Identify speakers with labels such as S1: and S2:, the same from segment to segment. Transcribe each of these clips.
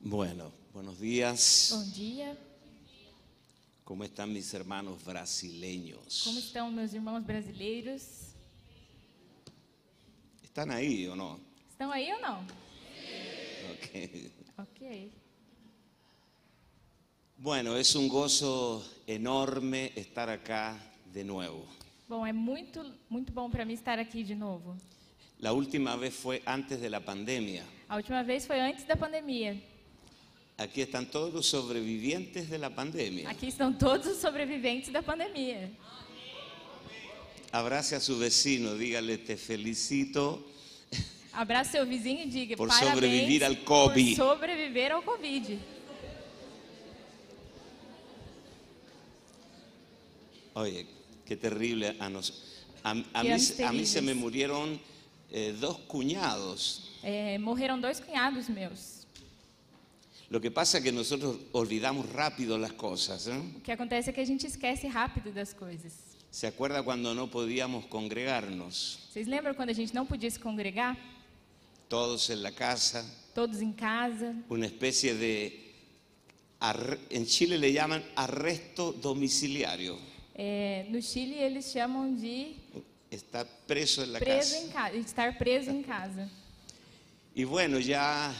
S1: Bueno, buenos días.
S2: Bom dia.
S1: ¿Cómo están mis hermanos brasileños?
S2: Como estão meus irmãos brasileiros?
S1: ¿Están ahí o no?
S2: Estão aí ou não?
S1: Ok.
S2: Ok.
S1: Bueno, es un gozo enorme estar acá de nuevo.
S2: Bom, é muito, muito bom para mim estar aqui de novo.
S1: La última vez fue antes de la pandemia.
S2: A última vez foi antes da pandemia.
S1: Aquí están todos los sobrevivientes de la pandemia.
S2: Aqui estão todos os sobreviventes da pandemia.
S1: Abrace a su vecino, dígale te felicito.
S2: Abraça seu vizinho e diga
S1: Por
S2: parabéns
S1: sobreviver ao Covid."
S2: por sobreviver ao Covid.
S1: Oye, qué terrible a nos. A, a
S2: Qué
S1: mí, se- a mí
S2: terribles.
S1: se me murieron eh, dos cuñados.
S2: É, morreram dois cunhados meus.
S1: Lo que pasa es que nosotros olvidamos rápido las cosas. ¿eh?
S2: O que acontece é que a gente esquece rápido das coisas.
S1: ¿Se acuerda cuando no podíamos congregarnos?
S2: Vocês lembram quando a gente não podia se congregar?
S1: Todos en la casa,
S2: Todos em casa.
S1: una especie de. ar- en Chile le llaman arresto domiciliario.
S2: É, no Chile eles chamam de
S1: Está preso en la
S2: preso
S1: casa.
S2: em casa, estar preso em casa.
S1: Y bueno, ya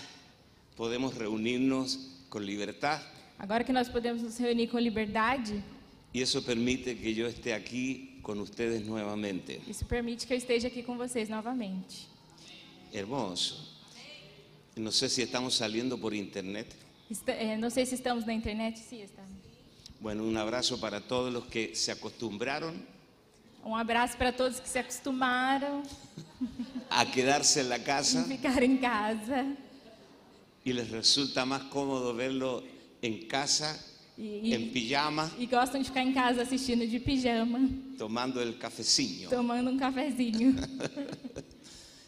S1: podemos reunirnos con libertad
S2: Agora que nós podemos nos reunir com liberdade,
S1: y eso permite que yo esté aquí con ustedes nuevamente.
S2: isso permite que eu esteja aqui com vocês novamente.
S1: Hermoso. No sé si estamos saliendo por internet.
S2: Esta- é, não sei se estamos na internet, tá? sim, estamos.
S1: Bueno, un abrazo para todos los que se acostumbraron
S2: Um abraço para todos que se acostumaram
S1: a quedarse en la
S2: a
S1: casa
S2: ficar em casa
S1: y les resulta más cómodo verlo en casa,
S2: e,
S1: en
S2: e,
S1: pijama,
S2: e gostam de ficar em casa assistindo de pijama,
S1: tomando el cafecino.
S2: tomando um cafezinho.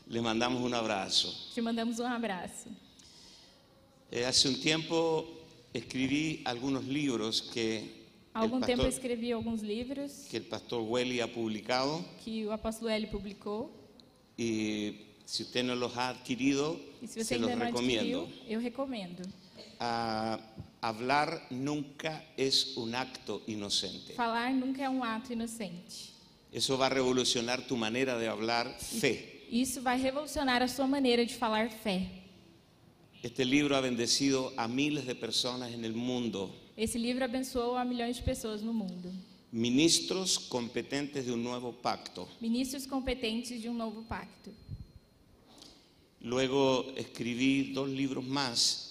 S1: Le mandamos un abrazo.
S2: Te mandamos um abraço.
S1: Eh, hace un tiempo escribí algunos libros que
S2: Há
S1: el
S2: algum tempo eu
S1: pastor,
S2: escrevi alguns livros
S1: que el pastor Welly ha publicado
S2: que o apóstolo Hélio publicou.
S1: y si usted no los ha adquirido,
S2: E se você
S1: se los
S2: ainda não adquiriu,
S1: recomiendo.
S2: eu recomendo.
S1: Ah, hablar nunca es un acto inocente.
S2: Falar nunca é um ato inocente.
S1: Eso va a revolucionar tu manera de hablar fe.
S2: Isso vai revolucionar a sua maneira de falar fé.
S1: Este libro ha bendecido a miles de personas en el mundo,
S2: Esse livro abençoou a milhões de pessoas no mundo.
S1: ministros competentes de un nuevo pacto.
S2: Ministros competentes de um novo pacto.
S1: Luego escribí dos libros más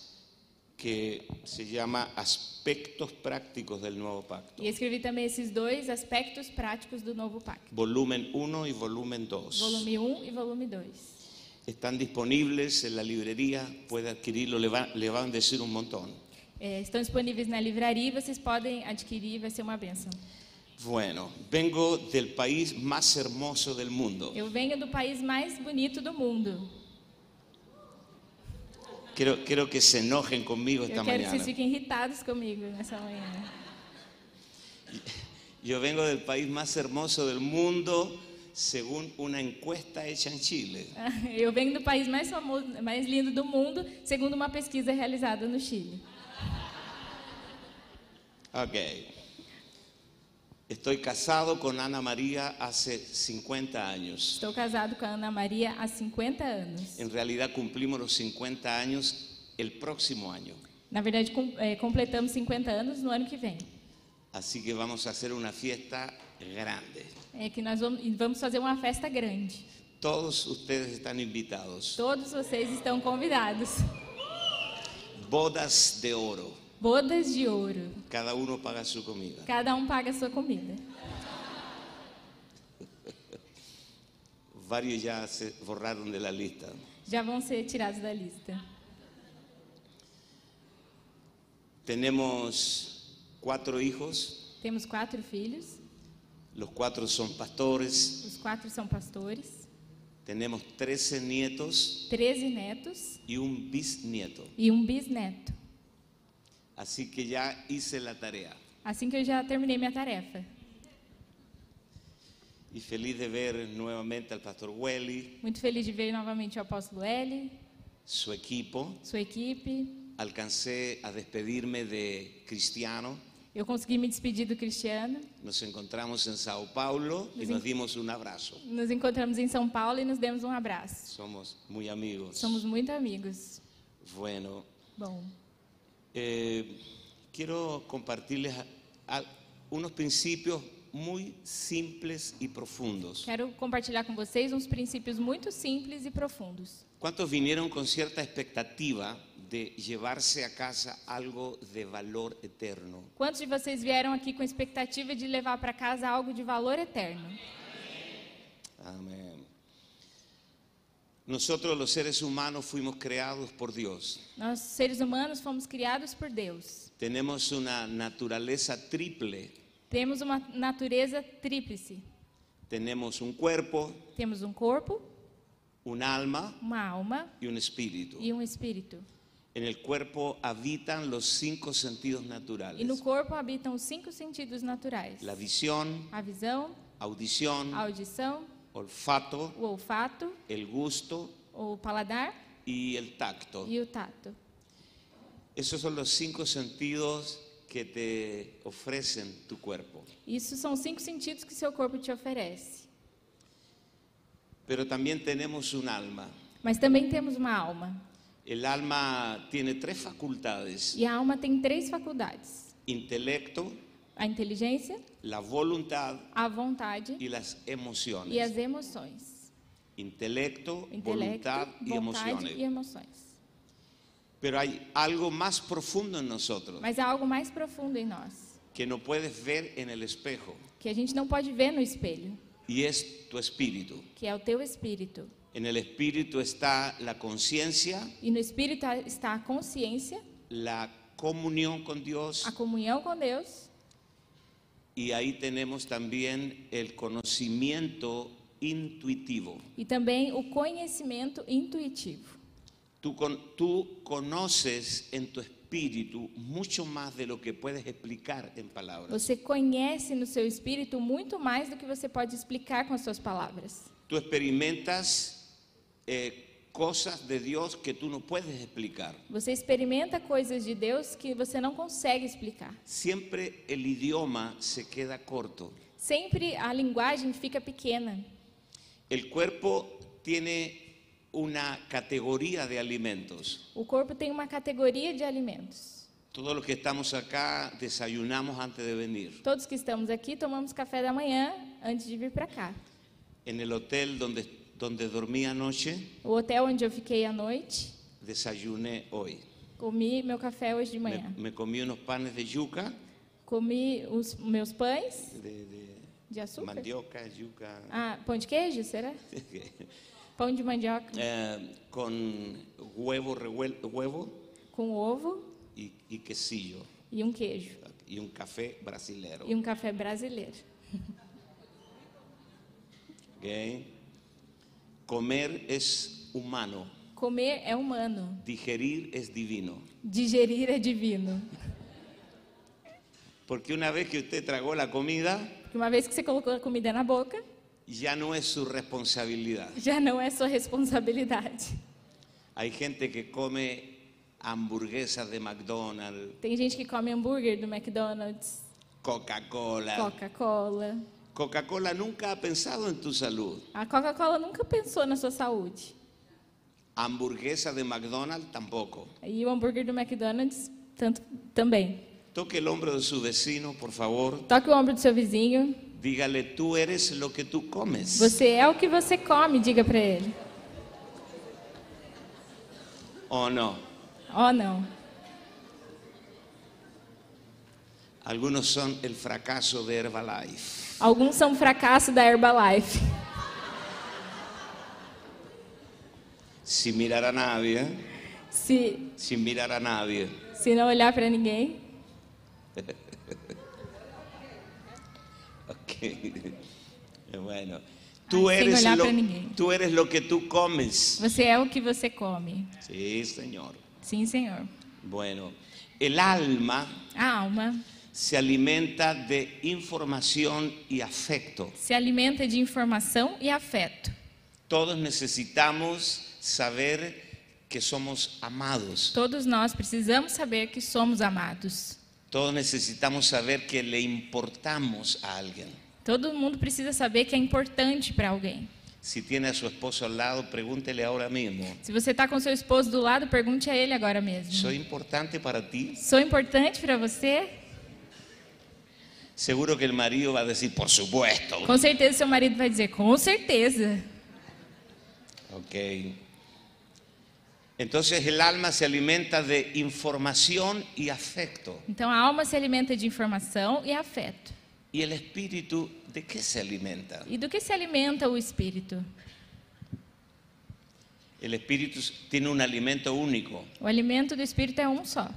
S1: que se llama Aspectos prácticos del nuevo pacto,
S2: E escrevi também esses dois aspectos práticos do novo pacto.
S1: volumen 1 e volumen 2.
S2: Volume 1 e volume 2.
S1: Están disponibles en la librería, puede adquirirlo, le va, le va a bendecir un montón.
S2: É, estão disponíveis na livraria, e vocês podem adquirir, vai ser uma benção.
S1: Bueno, vengo del país más hermoso del mundo.
S2: Eu venho do país mais bonito do mundo.
S1: Quiero, quiero que se enojen conmigo esta
S2: Eu quero que vocês
S1: mañana.
S2: fiquem irritados comigo nessa manhã.
S1: Yo vengo del país más hermoso del mundo según una encuesta hecha en Chile.
S2: Eu venho do país mais famoso, mais lindo do mundo, segundo uma pesquisa realizada no Chile.
S1: Ok. Estoy casado con Ana María hace 50 años.
S2: Estou casado com a Ana Maria há 50 anos.
S1: En realidad cumplimos los 50 años el próximo año.
S2: Na verdade, com, eh, completamos 50 anos no ano que vem.
S1: Así que vamos a hacer una fiesta grande.
S2: É que nós vamos, e vamos fazer uma festa grande.
S1: Todos ustedes están invitados.
S2: Todos vocês estão convidados.
S1: Bodas de oro.
S2: Bodas de ouro.
S1: Cada uno paga su comida.
S2: Cada um paga a sua comida.
S1: Varios ya se borraron de la lista.
S2: Já vão ser tirados da lista.
S1: Tenemos cuatro hijos,
S2: Temos quatro filhos.
S1: los cuatro son pastores,
S2: Os quatro são pastores.
S1: tenemos 13 nietos
S2: 13 netos
S1: y um bisnieto.
S2: e um bisneto.
S1: Así que ya hice la tarea
S2: Assim que eu já terminei minha tarefa.
S1: y feliz de ver nuevamente al pastor Welly,
S2: Muito feliz de ver novamente o apóstolo L,
S1: su equipo.
S2: sua equipe.
S1: Alcancé a despedirme de Cristiano.
S2: Eu consegui me despedir do Cristiano.
S1: Nos encontramos en Sao Paulo y
S2: Nos
S1: nos
S2: en-
S1: dimos un abrazo.
S2: Nos encontramos em São Paulo e nos demos um abraço.
S1: Somos muy amigos.
S2: Somos muito amigos.
S1: Bueno,
S2: Bom,
S1: eh, quiero compartirles a- a- unos principios muy simples y profundos.
S2: quero compartilhar com vocês uns princípios muito simples e profundos.
S1: ¿Cuántos vinieron con cierta expectativa de llevarse a casa algo de valor eterno?
S2: Quantos de vocês vieram aqui com a expectativa de levar para casa algo de valor eterno?
S1: Amén. Nosotros los seres humanos fuimos creados por Dios.
S2: Nós, seres humanos, fomos criados por Deus.
S1: Tenemos una naturaleza triple.
S2: Temos uma natureza tríplice.
S1: Tenemos un cuerpo,
S2: Temos um corpo,
S1: un alma
S2: uma alma
S1: y un espíritu.
S2: e um espírito.
S1: En el cuerpo habitan los cinco sentidos
S2: E no
S1: naturales.
S2: corpo habitam os cinco sentidos naturais:
S1: La visión,
S2: a visão,
S1: audición,
S2: a audição,
S1: olfato,
S2: o olfato,
S1: el gusto
S2: o paladar
S1: y el tacto.
S2: e o tato.
S1: Esos son los cinco sentidos que te ofrecen tu cuerpo.
S2: Isso são cinco sentidos que seu corpo te oferece.
S1: Pero también tenemos un alma.
S2: Mas também temos uma alma.
S1: El alma tiene tres facultades,
S2: E a alma tem três faculdades:
S1: intelecto,
S2: a inteligência,
S1: la voluntad
S2: a vontade
S1: y las
S2: e as
S1: emociones.
S2: emoções.
S1: Intelecto,
S2: Intelecto,
S1: voluntad y em-
S2: vontade e
S1: emociones.
S2: emoções.
S1: Pero hay algo más profundo en nosotros
S2: Mas há algo mais profundo em nós,
S1: que no puedes ver en el espejo
S2: que a gente não pode ver no espelho,
S1: y es tu espíritu.
S2: que é o teu espírito.
S1: En el espíritu está la conciencia,
S2: E no espírito está a consciência,
S1: la comunión con Dios
S2: a comunhão com Deus
S1: y ahí tenemos también el conocimiento intuitivo.
S2: e também o conhecimento intuitivo.
S1: Tú, con- tú conoces en tu espíritu mucho más de lo que puedes explicar en palabras.
S2: Você conhece no seu espírito muito mais do que você pode explicar com as suas palavras.
S1: Tú experimentas eh, cosas de Dios que tú no puedes explicar.
S2: Você experimenta coisas de Deus que você não consegue explicar.
S1: Siempre el idioma se queda corto.
S2: Sempre a linguagem fica pequena.
S1: El cuerpo tiene una categoría de alimentos.
S2: O corpo tem uma categoria de alimentos.
S1: Todos los que estamos acá desayunamos antes de venir.
S2: Todos que estamos aqui tomamos café da manhã antes de vir para cá.
S1: En el hotel donde, donde dormí anoche,
S2: O hotel onde eu fiquei à noite,
S1: desayuné hoy.
S2: comi meu café hoje de
S1: Me,
S2: manhã.
S1: me comí unos panes de yuca,
S2: Comi os meus pães
S1: de, de
S2: de açúcar.
S1: mandioca, yuca,
S2: Ah, pão de queijo, será? Pão de mandioca
S1: eh, con huevo, revuel- huevo
S2: com ovo
S1: y, y quesillo
S2: e um queijo.
S1: y un café brasilero.
S2: E um café brasileiro.
S1: ¿ok? Comer es humano,
S2: Comer é humano,
S1: digerir es divino.
S2: digerir é divino.
S1: Porque una vez que usted tragó la comida,
S2: Porque uma vez que você colocou a comida na boca,
S1: ya no es su responsabilidad.
S2: já não é sua responsabilidade.
S1: Hay gente que come hamburguesas de McDonald's,
S2: Tem gente que come hambúrguer do McDonald's,
S1: Coca-Cola.
S2: Coca-Cola.
S1: Coca-Cola nunca ha pensado en tu salud.
S2: A Coca-Cola nunca pensou na sua saúde.
S1: Hamburguesa de McDonald's tampoco.
S2: E o hambúrguer do McDonald's tanto, também.
S1: Toque el hombro de su vecino, por favor.
S2: Toque o ombro do seu vizinho.
S1: Dígale, tú eres lo que tú comes.
S2: Você é o que você come, diga pra ele.
S1: ¿O no?
S2: Oh, não.
S1: Algunos son el fracaso de Herbalife.
S2: Alguns são fracasso da Herbalife.
S1: Sin mirar a nadie, ¿eh?
S2: Se,
S1: sin mirar a nadie.
S2: se não olhar pra ninguém.
S1: Ok. Bueno, tú
S2: Ay, sin
S1: eres,
S2: olhar
S1: lo,
S2: para ninguém.
S1: tú eres lo que tú comes.
S2: Você é o que você come.
S1: Sí, Señor.
S2: Sim, Senhor.
S1: Bueno, el alma
S2: A alma
S1: se alimenta de información y afecto.
S2: se alimenta de informação e afeto.
S1: Todos necesitamos saber que somos amados.
S2: Todos nós precisamos saber que somos amados.
S1: Todos necesitamos saber que le importamos a alguien.
S2: Todo mundo precisa saber que é importante para alguém.
S1: Si tiene a su esposo al lado, pregúntele ahora mismo,
S2: Se você está com seu esposo do lado, pergunte a ele agora mesmo.
S1: ¿soy importante para ti?
S2: Sou importante para você?
S1: Seguro que el marido va a decir, por supuesto.
S2: Com certeza seu marido vai dizer, com certeza.
S1: Ok. Entonces el alma se alimenta de información y afecto.
S2: Então a alma se alimenta de informação e afeto.
S1: ¿Y el espíritu de qué se alimenta?
S2: E do que se alimenta o espírito?
S1: El espíritu tiene un alimento único.
S2: O alimento do espírito é um só.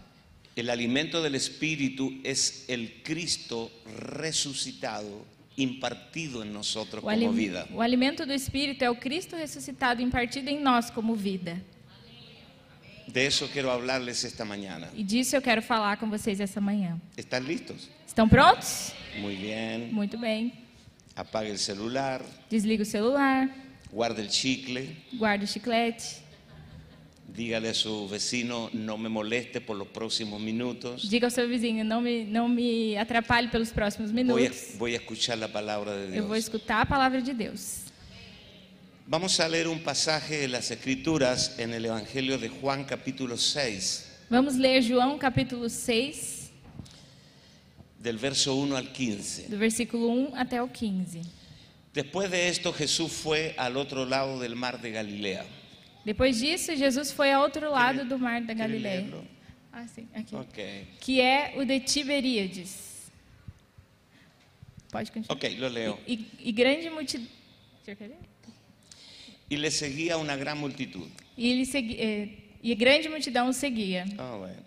S1: El alimento del espíritu es el Cristo resucitado impartido en nosotros
S2: O,
S1: como
S2: alim-
S1: vida.
S2: o alimento do espírito é o Cristo ressuscitado impartido em nós como vida.
S1: De eso quiero hablarles esta mañana.
S2: E disso eu quero falar com vocês essa manhã.
S1: ¿Están listos?
S2: Estão prontos?
S1: Muy bien.
S2: Muito bem.
S1: Apague el celular,
S2: Desliga o celular,
S1: guarde el chicle,
S2: guarda o chiclete,
S1: dígale a su vecino no me moleste por los próximos minutos.
S2: diga ao seu vizinho, não me, não me atrapalhe pelos próximos
S1: Voy a,
S2: minutos.
S1: voy a escuchar la palabra de
S2: Eu vou
S1: Dios.
S2: escutar a palavra de Deus.
S1: Vamos a leer un pasaje de las Escrituras en el Evangelio de Juan capítulo 6,
S2: Vamos ler João capítulo 6,
S1: del verso 1 al 15.
S2: do versículo 1 até o 15.
S1: Después de esto Jesús fue al otro lado del mar de Galilea.
S2: Depois disso, Jesus foi ao outro lado do mar da
S1: quer
S2: Galileia.
S1: lerlo?
S2: Ah, sim, aqui.
S1: Ok,
S2: Que é o de Tiberíades. Pode continuar.
S1: ok, lo leo.
S2: E, e- e grande multidão.
S1: Y le seguía una gran multitud.
S2: E, ele segui... eh, e grande multidão o seguia,
S1: Ah, bueno.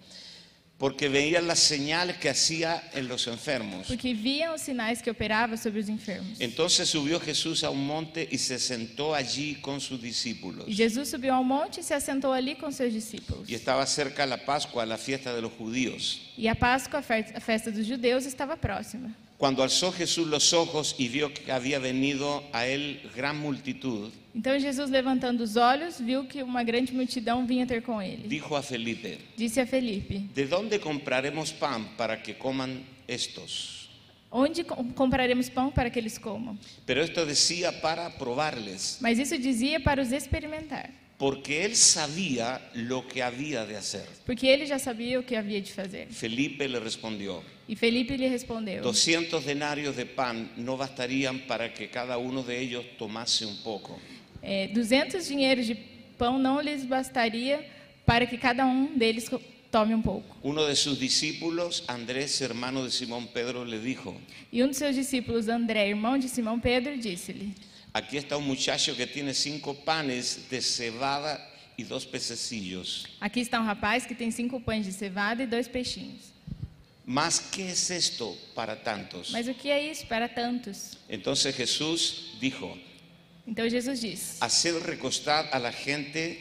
S1: Porque veían las señales que hacía en los enfermos.
S2: porque viam os sinais que operava sobre os enfermos.
S1: Entonces subió Jesús a un monte y se sentó allí con sus discípulos.
S2: E Jesus subiu ao monte e se assentou ali com seus discípulos.
S1: Y estaba cerca la Pascua, la fiesta de los judíos.
S2: E a Páscoa, a fe- a festa dos judeus, estava próxima.
S1: Cuando alzó Jesús los ojos y vio que había venido a él gran multitud,
S2: Então Jesus, levantando os olhos, viu que uma grande multidão vinha ter com ele.
S1: dijo a Felipe,
S2: Disse a Felipe:
S1: ¿de dónde compraremos pan para que coman estos?
S2: Onde com- compraremos pão para que eles comam?
S1: Pero esto decía para probarles,
S2: Mas isso dizia para os experimentar,
S1: porque él sabía lo que había de hacer.
S2: porque ele já sabia o que havia de fazer.
S1: Felipe le respondió,
S2: E Felipe lhe respondeu:
S1: 200 denarios de pan no bastarían para que cada uno de ellos tomase un poco.
S2: É, 200 dinheiros de pão não lhes bastaria para que cada um deles co- tome um pouco.
S1: Uno de sus discípulos, Andrés, hermano de Simón Pedro, le dijo,
S2: E um de seus discípulos, André, irmão de Simão Pedro, disse-lhe:
S1: aquí está un muchacho que tiene cinco panes de cebada y dos pececillos.
S2: Aqui está um rapaz que tem cinco pães de cevada e dois peixinhos.
S1: ¿Más qué es esto para tantos?
S2: Mas o que é isso para tantos?
S1: Entonces Jesús dijo,
S2: Então Jesus disse:
S1: haced recostar a la gente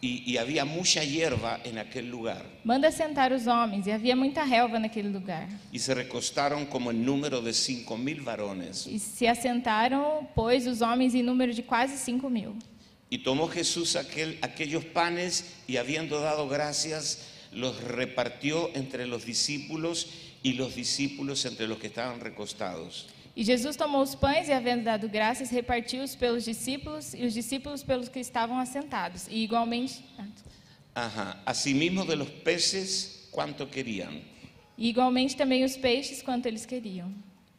S1: y, y había mucha hierba en aquel lugar.
S2: Manda sentar os homens. E havia muita relva naquele lugar.
S1: Y se recostaron como el número de cinco mil varones.
S2: E se assentaram, pois, os homens em número de quase cinco mil.
S1: Y tomó Jesús aquel- aquellos panes e habiendo dado gracias, los repartió entre los discípulos y los discípulos entre los que estaban recostados.
S2: E Jesus tomou os pães e, havendo dado graças, repartiu-os pelos discípulos e os discípulos pelos que estavam assentados. E igualmente, ah, desculpa.
S1: Ajá. Asimismo de los peces, cuanto querían.
S2: e igualmente também os peixes, quanto eles queriam.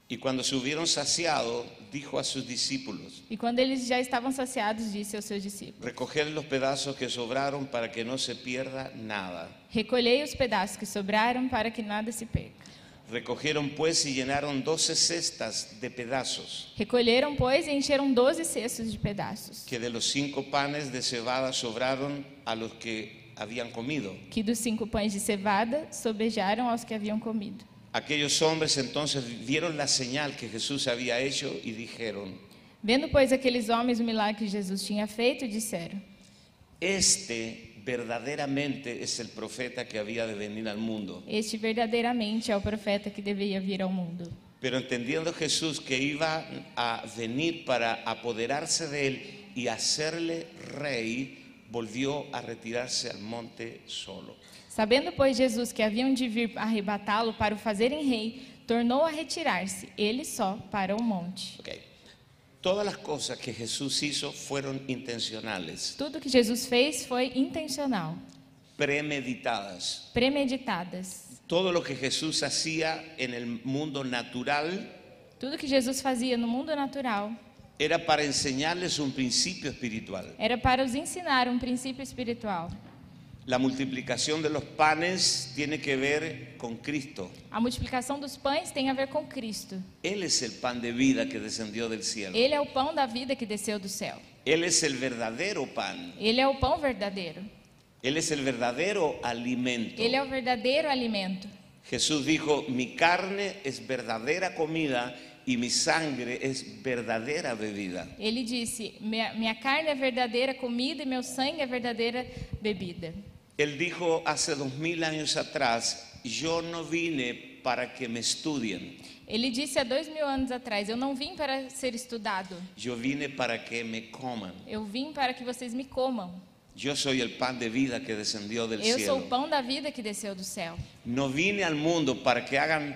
S1: Y cuando se hubieron saciado, dijo a sus discípulos,
S2: E quando eles já estavam saciados, disse aos seus discípulos:
S1: recoged los pedazos que sobraron para que no se pierda nada.
S2: Recolhei os pedaços que sobraram para que nada se perca.
S1: Recogieron pues y llenaron doce cestas de pedazos,
S2: Recolheram, pois, e encheram doze cestos de pedaços,
S1: que de los cinco panes de cebada sobraron a los que habían comido.
S2: que dos cinco pães de cevada sobejaram aos que haviam comido.
S1: Aquellos hombres entonces vieron la señal que Jesús había hecho y dijeron,
S2: Vendo, pois, aqueles homens o milagre que Jesus tinha feito, disseram:
S1: este verdaderamente es el profeta que había de venir al mundo.
S2: Este verdadeiramente é o profeta que deveria vir ao mundo.
S1: Pero entendiendo Jesús que iba a venir para apoderarse de él y hacerle rey, volvió a retirarse al monte solo.
S2: Sabendo, pois, Jesus que haviam de vir arrebatá-lo para o fazerem rei, tornou a retirar-se, ele só, para o monte.
S1: Ok. Todas las cosas que Jesús hizo fueron intencionales,
S2: Tudo que Jesus fez foi intencional,
S1: premeditadas.
S2: premeditadas.
S1: Todo lo que Jesús hacía en el mundo natural
S2: Tudo que Jesus fazia no mundo natural
S1: era para enseñarles un principio espiritual.
S2: era para os ensinar um princípio espiritual.
S1: La multiplicación de los panes tiene que ver con Cristo.
S2: A multiplicação dos pães tem a ver com Cristo.
S1: Él es el pan de vida que descendió del cielo.
S2: Ele é o pão da vida que desceu do céu.
S1: Él es el verdadero pan.
S2: Ele é o pão verdadeiro.
S1: Él es el verdadero alimento.
S2: Ele é o verdadeiro alimento.
S1: Jesús dijo, mi carne es verdadera comida y mi sangre es verdadera bebida.
S2: Ele disse: minha, minha carne é verdadeira comida e meu sangue é verdadeira bebida.
S1: Él dijo hace dos mil años atrás, yo no vine para que me estudien,
S2: Ele disse há dois mil anos atrás: Eu não vim para ser estudado.
S1: yo vine para que me coman.
S2: Eu vim para que vocês me comam.
S1: Yo soy el pan de vida que descendió del
S2: Eu sou o
S1: cielo.
S2: pão da vida que desceu do céu.
S1: No vine al mundo para que hagan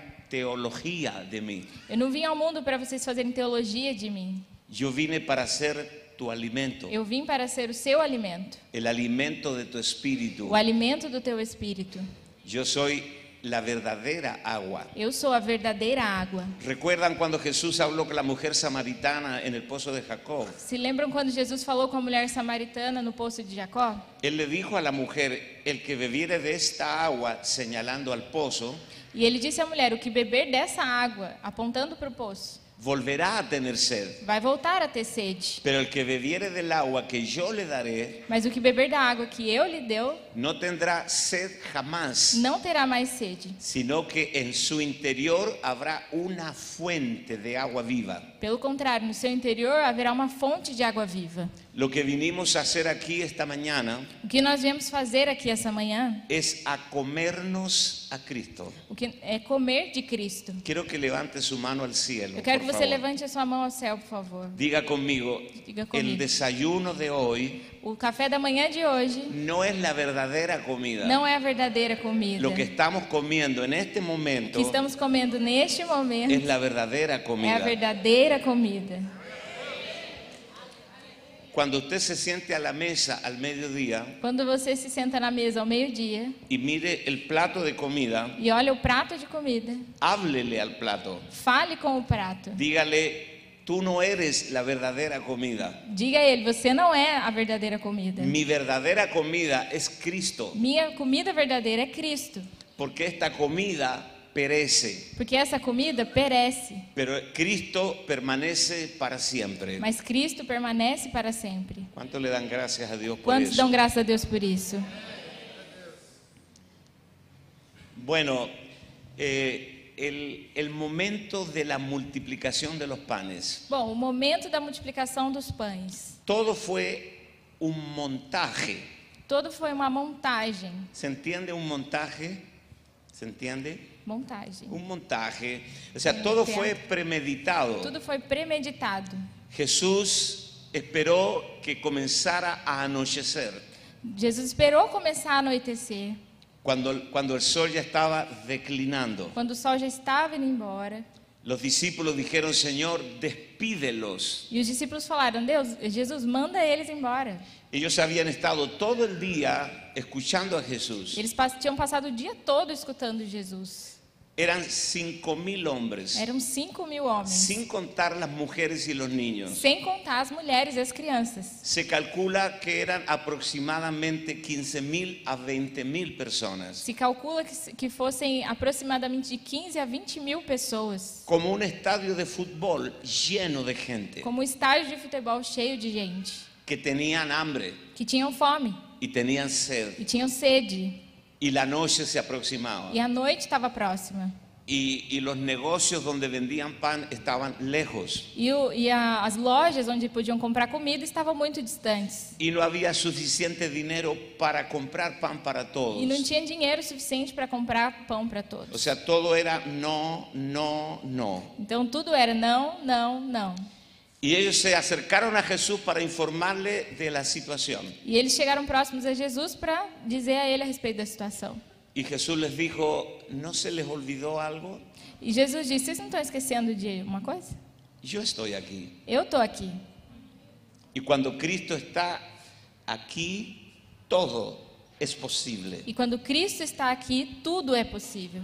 S1: teología de mí.
S2: Eu não vim ao mundo para vocês fazerem teologia de mim.
S1: Yo vine para ser tu alimento,
S2: Eu vim para ser o seu alimento,
S1: el alimento de tu espíritu.
S2: o alimento do teu espírito.
S1: Yo soy la verdadera agua.
S2: Eu sou a verdadeira água.
S1: ¿Recuerdan cuando Jesús habló con la mujer samaritana en el pozo de Jacob?
S2: Se lembram quando Jesus falou com a mulher samaritana no poço de Jacó?
S1: Él le dijo a la mujer, el que bebiere de esta agua, señalando al pozo,
S2: E ele disse à mulher: O que beber dessa água, apontando para o poço,
S1: volverá a tener sed.
S2: vai voltar a ter sede.
S1: Pero el que bebiere del agua que yo le daré,
S2: Mas o que beber da água que eu lhe deu,
S1: no tendrá sed jamás,
S2: não terá mais sede.
S1: sino que en su interior habrá una fuente de agua viva.
S2: Pelo contrário, no seu interior haverá uma fonte de água viva.
S1: Lo que vinimos a hacer aquí esta mañana
S2: O que nós viemos fazer aqui essa manhã
S1: es a comernos a Cristo.
S2: o que é comer de Cristo.
S1: Quiero que levante su mano al cielo.
S2: Eu quero que
S1: por
S2: você
S1: favor.
S2: levante a sua mão ao céu, por favor.
S1: Diga conmigo,
S2: Diga
S1: el
S2: conmigo.
S1: desayuno de hoy
S2: O café da manhã de hoje
S1: no es la verdadera comida.
S2: não é a verdadeira comida.
S1: Lo que estamos comiendo en este
S2: O
S1: momento
S2: que estamos comendo neste
S1: es
S2: momento
S1: la verdadera
S2: é
S1: comida.
S2: a verdadeira comida.
S1: Cuando usted se siente a la mesa al mediodía
S2: Quando você se senta na mesa ao meio-dia
S1: y mire el plato de comida,
S2: e olha o prato de comida,
S1: háblele al plato.
S2: fale com o prato.
S1: Dígale, tú no eres la verdadera comida.
S2: Diga a ele: Você não é a verdadeira comida.
S1: Mi verdadera comida es Cristo,
S2: Minha comida verdadeira é Cristo,
S1: porque esta comida perece,
S2: porque essa comida perece,
S1: pero Cristo permanece para siempre.
S2: mas Cristo permanece para sempre.
S1: ¿Cuánto le dan gracias a Dios por
S2: Quantos dão
S1: eso?
S2: graças a Deus por isso?
S1: Bueno, eh, el, el momento de la multiplicación de los panes,
S2: Bom, o momento da multiplicação dos pães.
S1: todo fue un montaje.
S2: Todo foi uma montagem.
S1: ¿Se entiende un montaje? ¿Se entiende?
S2: Montagem.
S1: Un montaje. O sea, todo fue premeditado.
S2: Tudo foi premeditado.
S1: Jesús esperó que comenzara a anochecer,
S2: Jesus esperou começar a anoitecer,
S1: cuando, cuando el sol ya estaba declinando.
S2: quando o sol já estava indo embora.
S1: Los discípulos dijeron, Señor, despídelos.
S2: E os discípulos falaram: Deus, Jesus, manda eles embora.
S1: Ellos habían estado todo el día escuchando a Jesús.
S2: Eles pas- tinham passado o dia todo escutando Jesus.
S1: Eran cinco mil hombres,
S2: Eram 5 mil homens,
S1: sin contar las mujeres y los niños.
S2: sem contar as mulheres e as crianças.
S1: Se calcula que eran aproximadamente 15 mil a 20 mil personas,
S2: Se calcula que, se- que fossem aproximadamente de 15 a 20 mil pessoas,
S1: como un estadio de fútbol lleno de gente
S2: como um estádio de futebol cheio de gente,
S1: que tenían hambre
S2: que tinham fome
S1: y tenían sed
S2: e tinham sede.
S1: y la noche se aproximaba
S2: E a noite estava próxima.
S1: y, y los negocios donde vendían pan estaban lejos
S2: E, o, e a, as lojas onde podiam comprar comida estavam muito distantes.
S1: y no había suficiente dinero para comprar pan para
S2: E não
S1: todos.
S2: tinha dinheiro suficiente para comprar pão para
S1: O
S2: todos.
S1: sea, todo era no, no, no.
S2: Então tudo era não, não, não.
S1: Y ellos se acercaron a Jesús para informarle de la situación.
S2: E eles chegaram próximos a Jesus para dizer a ele a respeito da situação.
S1: Y Jesús les dijo, ¿no se les olvidó algo?
S2: E Jesus disse: Vocês não estão esquecendo de uma coisa?
S1: Yo estoy aquí.
S2: Eu estou aqui.
S1: Y cuando Cristo está aquí, todo es posible.
S2: E quando Cristo está aqui, tudo é possível.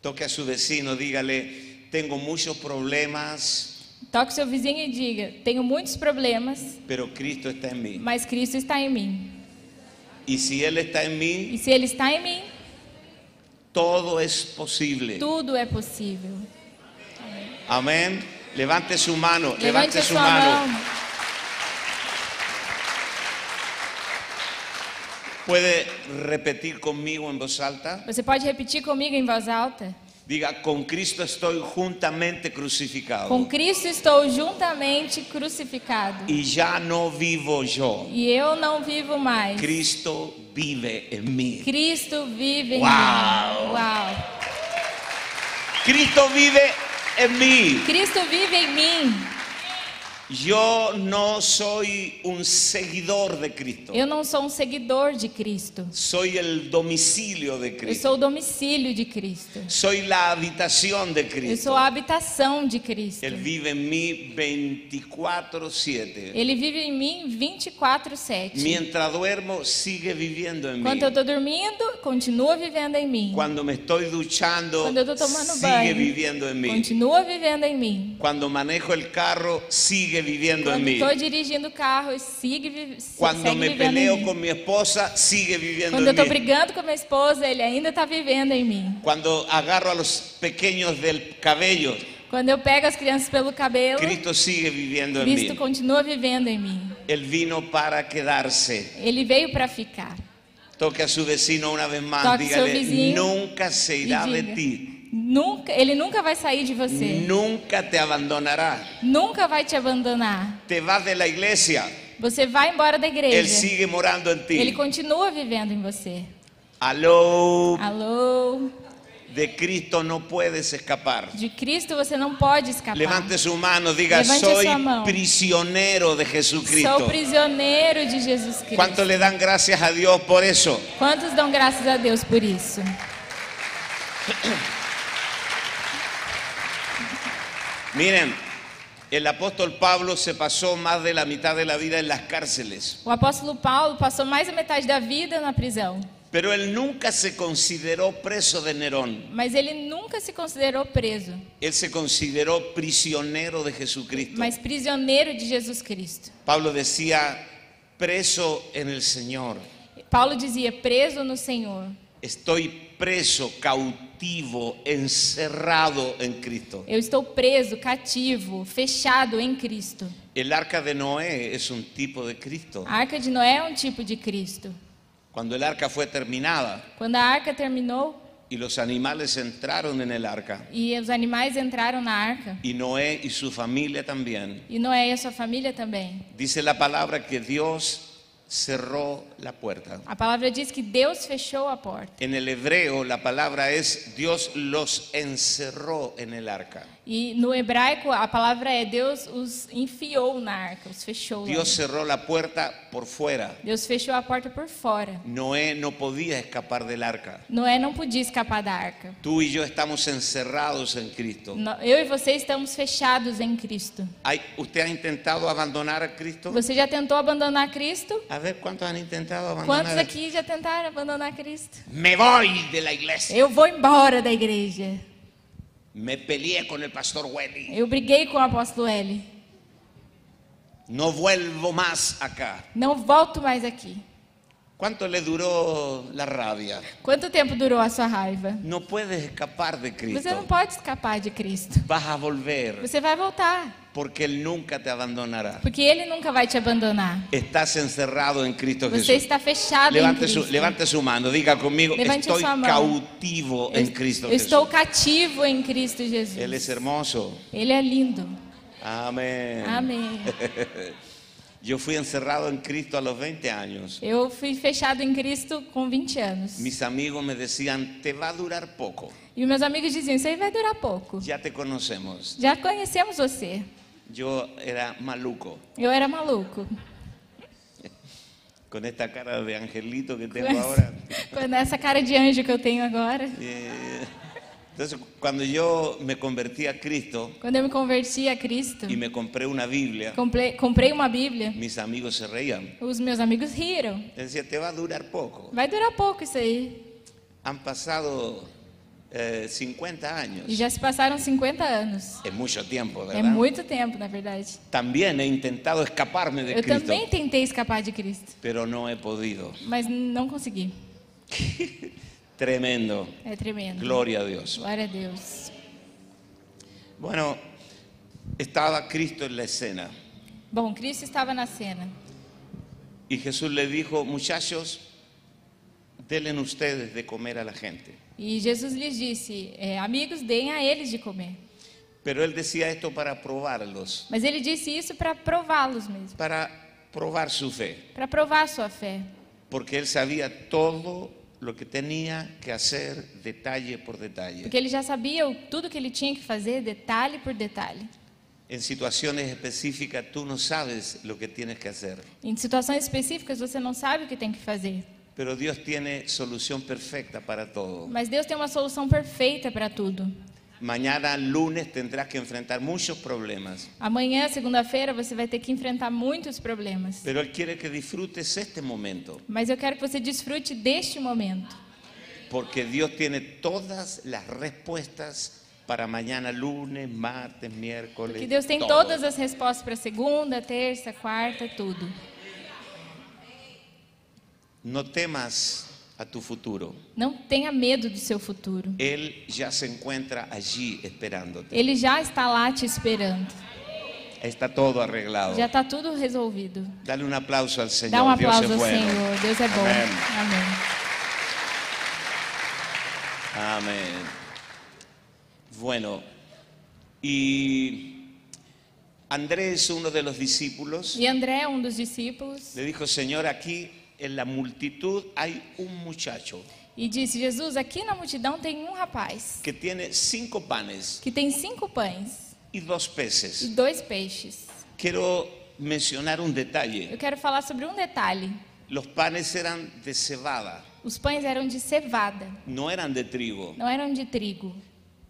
S1: Toque a su vecino, dígale, tengo muchos problemas,
S2: Toque seu vizinho e diga: Tenho muitos problemas,
S1: pero Cristo está en mí.
S2: mas Cristo está em mim.
S1: Y si Él está en
S2: E
S1: mí,
S2: se Ele está em mim,
S1: todo es posible.
S2: tudo é possível.
S1: Amén. Levante su mano,
S2: Levante
S1: levante
S2: a
S1: su
S2: sua
S1: mano.
S2: mão.
S1: Puede repetir conmigo en voz alta.
S2: Você pode repetir comigo em voz alta?
S1: Diga, con Cristo estoy juntamente
S2: Com
S1: crucificado.
S2: Cristo estou juntamente crucificado.
S1: Y ya no vivo yo.
S2: E eu não vivo mais.
S1: Cristo vive en mí.
S2: Cristo vive em
S1: Uau!
S2: mim. Uau!
S1: Cristo vive en mim.
S2: Cristo vive em mim.
S1: Yo no soy un seguidor de Cristo.
S2: Eu não sou um seguidor de Cristo.
S1: Soy el domicilio de
S2: Eu
S1: Cristo.
S2: sou o domicílio de Cristo.
S1: Soy la habitación de
S2: Eu sou
S1: Cristo.
S2: a habitação de Cristo.
S1: Él vive en mí 24/7.
S2: Ele vive em mim 24/7.
S1: Mientras duermo, sigue viviendo en mí.
S2: Enquanto eu estou dormindo, continua vivendo em mim.
S1: Cuando me estoy duchando,
S2: Quando eu estou tomando
S1: sigue
S2: banho,
S1: viviendo en mí.
S2: continua vivendo em mim.
S1: Cuando manejo el carro, sigue viviendo en
S2: Quando
S1: mí.
S2: estou dirigindo o carro, sigue, vi- se-
S1: Cuando
S2: segue
S1: me
S2: vivendo em
S1: peleo
S2: mí.
S1: con mi esposa, sigue viviendo
S2: Quando eu
S1: en
S2: estou
S1: mí.
S2: brigando com a minha esposa, ele ainda está vivendo em mim.
S1: Cuando agarro a los pequeños del cabello,
S2: Quando eu pego as crianças pelo cabelo,
S1: Cristo sigue viviendo en mí.
S2: Cristo continua vivendo em mim.
S1: Él vino para quedarse.
S2: Ele veio para ficar.
S1: Toque a su vecino una vez más.
S2: Toque seu
S1: Dígale,
S2: vizinho
S1: nunca se
S2: E
S1: irá de
S2: diga,
S1: ti.
S2: Nunca, ele nunca vai sair de você.
S1: Nunca te abandonará.
S2: Nunca vai te abandonar.
S1: Te vas de la iglesia.
S2: Você vai embora da
S1: Él
S2: igreja.
S1: sigue morando en
S2: Ele
S1: ti.
S2: continua vivendo em você.
S1: Aló.
S2: Alô?
S1: De Cristo no puedes escapar.
S2: De Cristo você não pode escapar.
S1: Levante su mano, diga,
S2: Levante
S1: soy
S2: sua mão.
S1: prisionero de Jesucristo.
S2: Sou prisioneiro de Jesus Cristo.
S1: ¿Cuánto le dan gracias a Dios por eso?
S2: Quantos dão graças a Deus por isso?
S1: Miren, el apóstol Pablo se pasó más de la mitad de la vida en las cárceles,
S2: O apóstolo Paulo passou mais da metade da vida na prisão,
S1: pero él nunca se consideró preso de Nerón.
S2: mas ele nunca se considerou preso,
S1: Él se consideró prisionero de Jesucristo.
S2: mas prisioneiro de Jesus Cristo.
S1: Pablo decía, preso en el Señor.
S2: Paulo dizia: preso no Senhor.
S1: Estoy preso, cautivo, encerrado en Cristo.
S2: Eu estou preso, cativo, fechado em Cristo.
S1: El arca de Noé es un tipo de Cristo.
S2: A arca de Noé é um tipo de Cristo.
S1: Cuando el arca fue terminada
S2: Quando a arca terminou
S1: y los animales entraron en el arca,
S2: e os animais entraram na arca,
S1: y Noé y su familia también,
S2: e Noé e a sua família também,
S1: dice la palabra que Dios cerró la puerta.
S2: a palavra diz que Deus fechou a porta.
S1: En el hebreo la palabra es Dios los encerró en el arca.
S2: E no hebraico a palavra é Deus os enfiou na arca, os fechou. lá.
S1: Dios cerró la puerta por fuera.
S2: Deus fechou a porta por fora.
S1: Noé no podía escapar del arca.
S2: Noé não podia escapar da arca.
S1: Tú y yo estamos encerrados en Cristo.
S2: No- Eu e você estamos fechados em Cristo.
S1: Ay, ¿Usted ha intentado abandonar a Cristo?
S2: Você já tentou Então- abandonar Cristo?
S1: A ver, ¿cuántos han intentado abandonar
S2: Quantos
S1: a Cristo?
S2: aqui já tentaram abandonar Cristo?
S1: Me voy de la iglesia.
S2: Eu vou embora da igreja.
S1: Me peleé con el pastor Wendy.
S2: Eu briguei com o apóstolo L.
S1: No vuelvo más acá.
S2: Não volto mais aqui.
S1: ¿Cuánto le duró la rabia?
S2: Quanto tempo durou a sua raiva?
S1: No puedes escapar de
S2: Você
S1: Cristo.
S2: não pode escapar de Cristo.
S1: Vas a volver
S2: Você vai voltar,
S1: porque Él nunca te abandonará.
S2: porque Ele nunca vai te abandonar.
S1: Estás encerrado en Cristo
S2: Você
S1: Jesús.
S2: pues, está fechado em
S1: Levante
S2: Cristo.
S1: su, levante su mano, diga conmigo,
S2: Levante
S1: estoy
S2: sua mão.
S1: cautivo
S2: Eu-
S1: en Cristo é
S2: eu estou
S1: Jesús.
S2: cativo em Cristo Jesus.
S1: Él es hermoso.
S2: Ele é lindo.
S1: Amén.
S2: Amém.
S1: Yo fui encerrado en Cristo a los 20 años.
S2: Eu fui fechado em Cristo com 20 anos.
S1: Mis amigos me decían, te va a durar poco,
S2: E meus amigos diziam: Isso aí vai durar pouco.
S1: ya te conocemos.
S2: Já conhecemos você.
S1: Yo era maluco,
S2: Eu era maluco.
S1: con esta cara de angelito que tengo ahora.
S2: Com essa cara de anjo que eu tenho agora.
S1: Eh, Entonces, cuando yo me convertí a Cristo
S2: Quando eu me converti a Cristo,
S1: y me compré una Biblia,
S2: comprei, comprei uma Bíblia.
S1: mis amigos se reían.
S2: Os meus amigos riram.
S1: Decía, te va a durar poco.
S2: Vai durar pouco isso aí.
S1: Han pasado eh, 50
S2: E
S1: años.
S2: já se passaram 50 anos.
S1: Es mucho tiempo,
S2: É
S1: ¿verdad?
S2: muito tempo, na verdade.
S1: También he intentado escaparme de
S2: Eu
S1: Cristo,
S2: também tentei escapar de Cristo,
S1: pero no he podido.
S2: mas não consegui.
S1: Tremendo.
S2: É tremendo.
S1: Gloria a Dios.
S2: Glória a Deus.
S1: Bueno, estaba Cristo en la escena
S2: Bom, Cristo estava na cena.
S1: y Jesús le dijo, muchachos, denle ustedes de comer a la gente.
S2: E Jesus lhes disse: é, Amigos, deem a eles de comer.
S1: Pero él decía esto para probarlos,
S2: Mas ele disse isso para prová-los mesmo,
S1: para probar su fe,
S2: para provar a sua fé.
S1: porque él sabía todo lo que tenía que hacer detalle por detalle,
S2: Porque ele já sabia o- tudo que ele tinha que fazer, detalhe por detalhe.
S1: En situaciones específicas tú no sabes lo que tienes que hacer,
S2: Em situações específicas você não sabe o que tem que fazer,
S1: pero Dios tiene solución perfecta para todo.
S2: mas Deus tem uma solução perfeita para tudo.
S1: Mañana lunes tendrás que enfrentar muchos problemas,
S2: Amanhã, segunda-feira, você vai ter que enfrentar muitos problemas,
S1: pero él quiere que disfrutes este momento,
S2: mas eu quero que você desfrute deste momento,
S1: porque Dios tiene todas las respuestas para mañana lunes, martes, miércoles.
S2: porque Deus tem
S1: todo.
S2: todas as respostas para segunda, terça, quarta, tudo.
S1: No temas a tu futuro.
S2: Não tenha medo do seu futuro.
S1: Él ya se encuentra allí esperándote.
S2: Ele já está lá te esperando.
S1: Está todo arreglado.
S2: Já está tudo resolvido.
S1: Dale un aplauso al Señor.
S2: Dá um
S1: Dios
S2: aplauso
S1: es
S2: ao
S1: bueno.
S2: Senhor. Deus é bom.
S1: Amén.
S2: Amém.
S1: Amén. Bueno, y Andrés, uno de los discípulos,
S2: E André, um dos discípulos,
S1: le dijo, Señor, aquí en la multitud hay un muchacho
S2: e disse: Jesus, aqui na multidão tem um rapaz
S1: que tiene cinco panes
S2: que tem cinco pães
S1: y dos
S2: e
S1: peces.
S2: dois peixes.
S1: Quiero mencionar un
S2: Eu
S1: detalle.
S2: quero falar sobre um detalhe.
S1: Los panes eran de cebada,
S2: Os pães eram de cevada,
S1: no eran de trigo.
S2: não eram de trigo.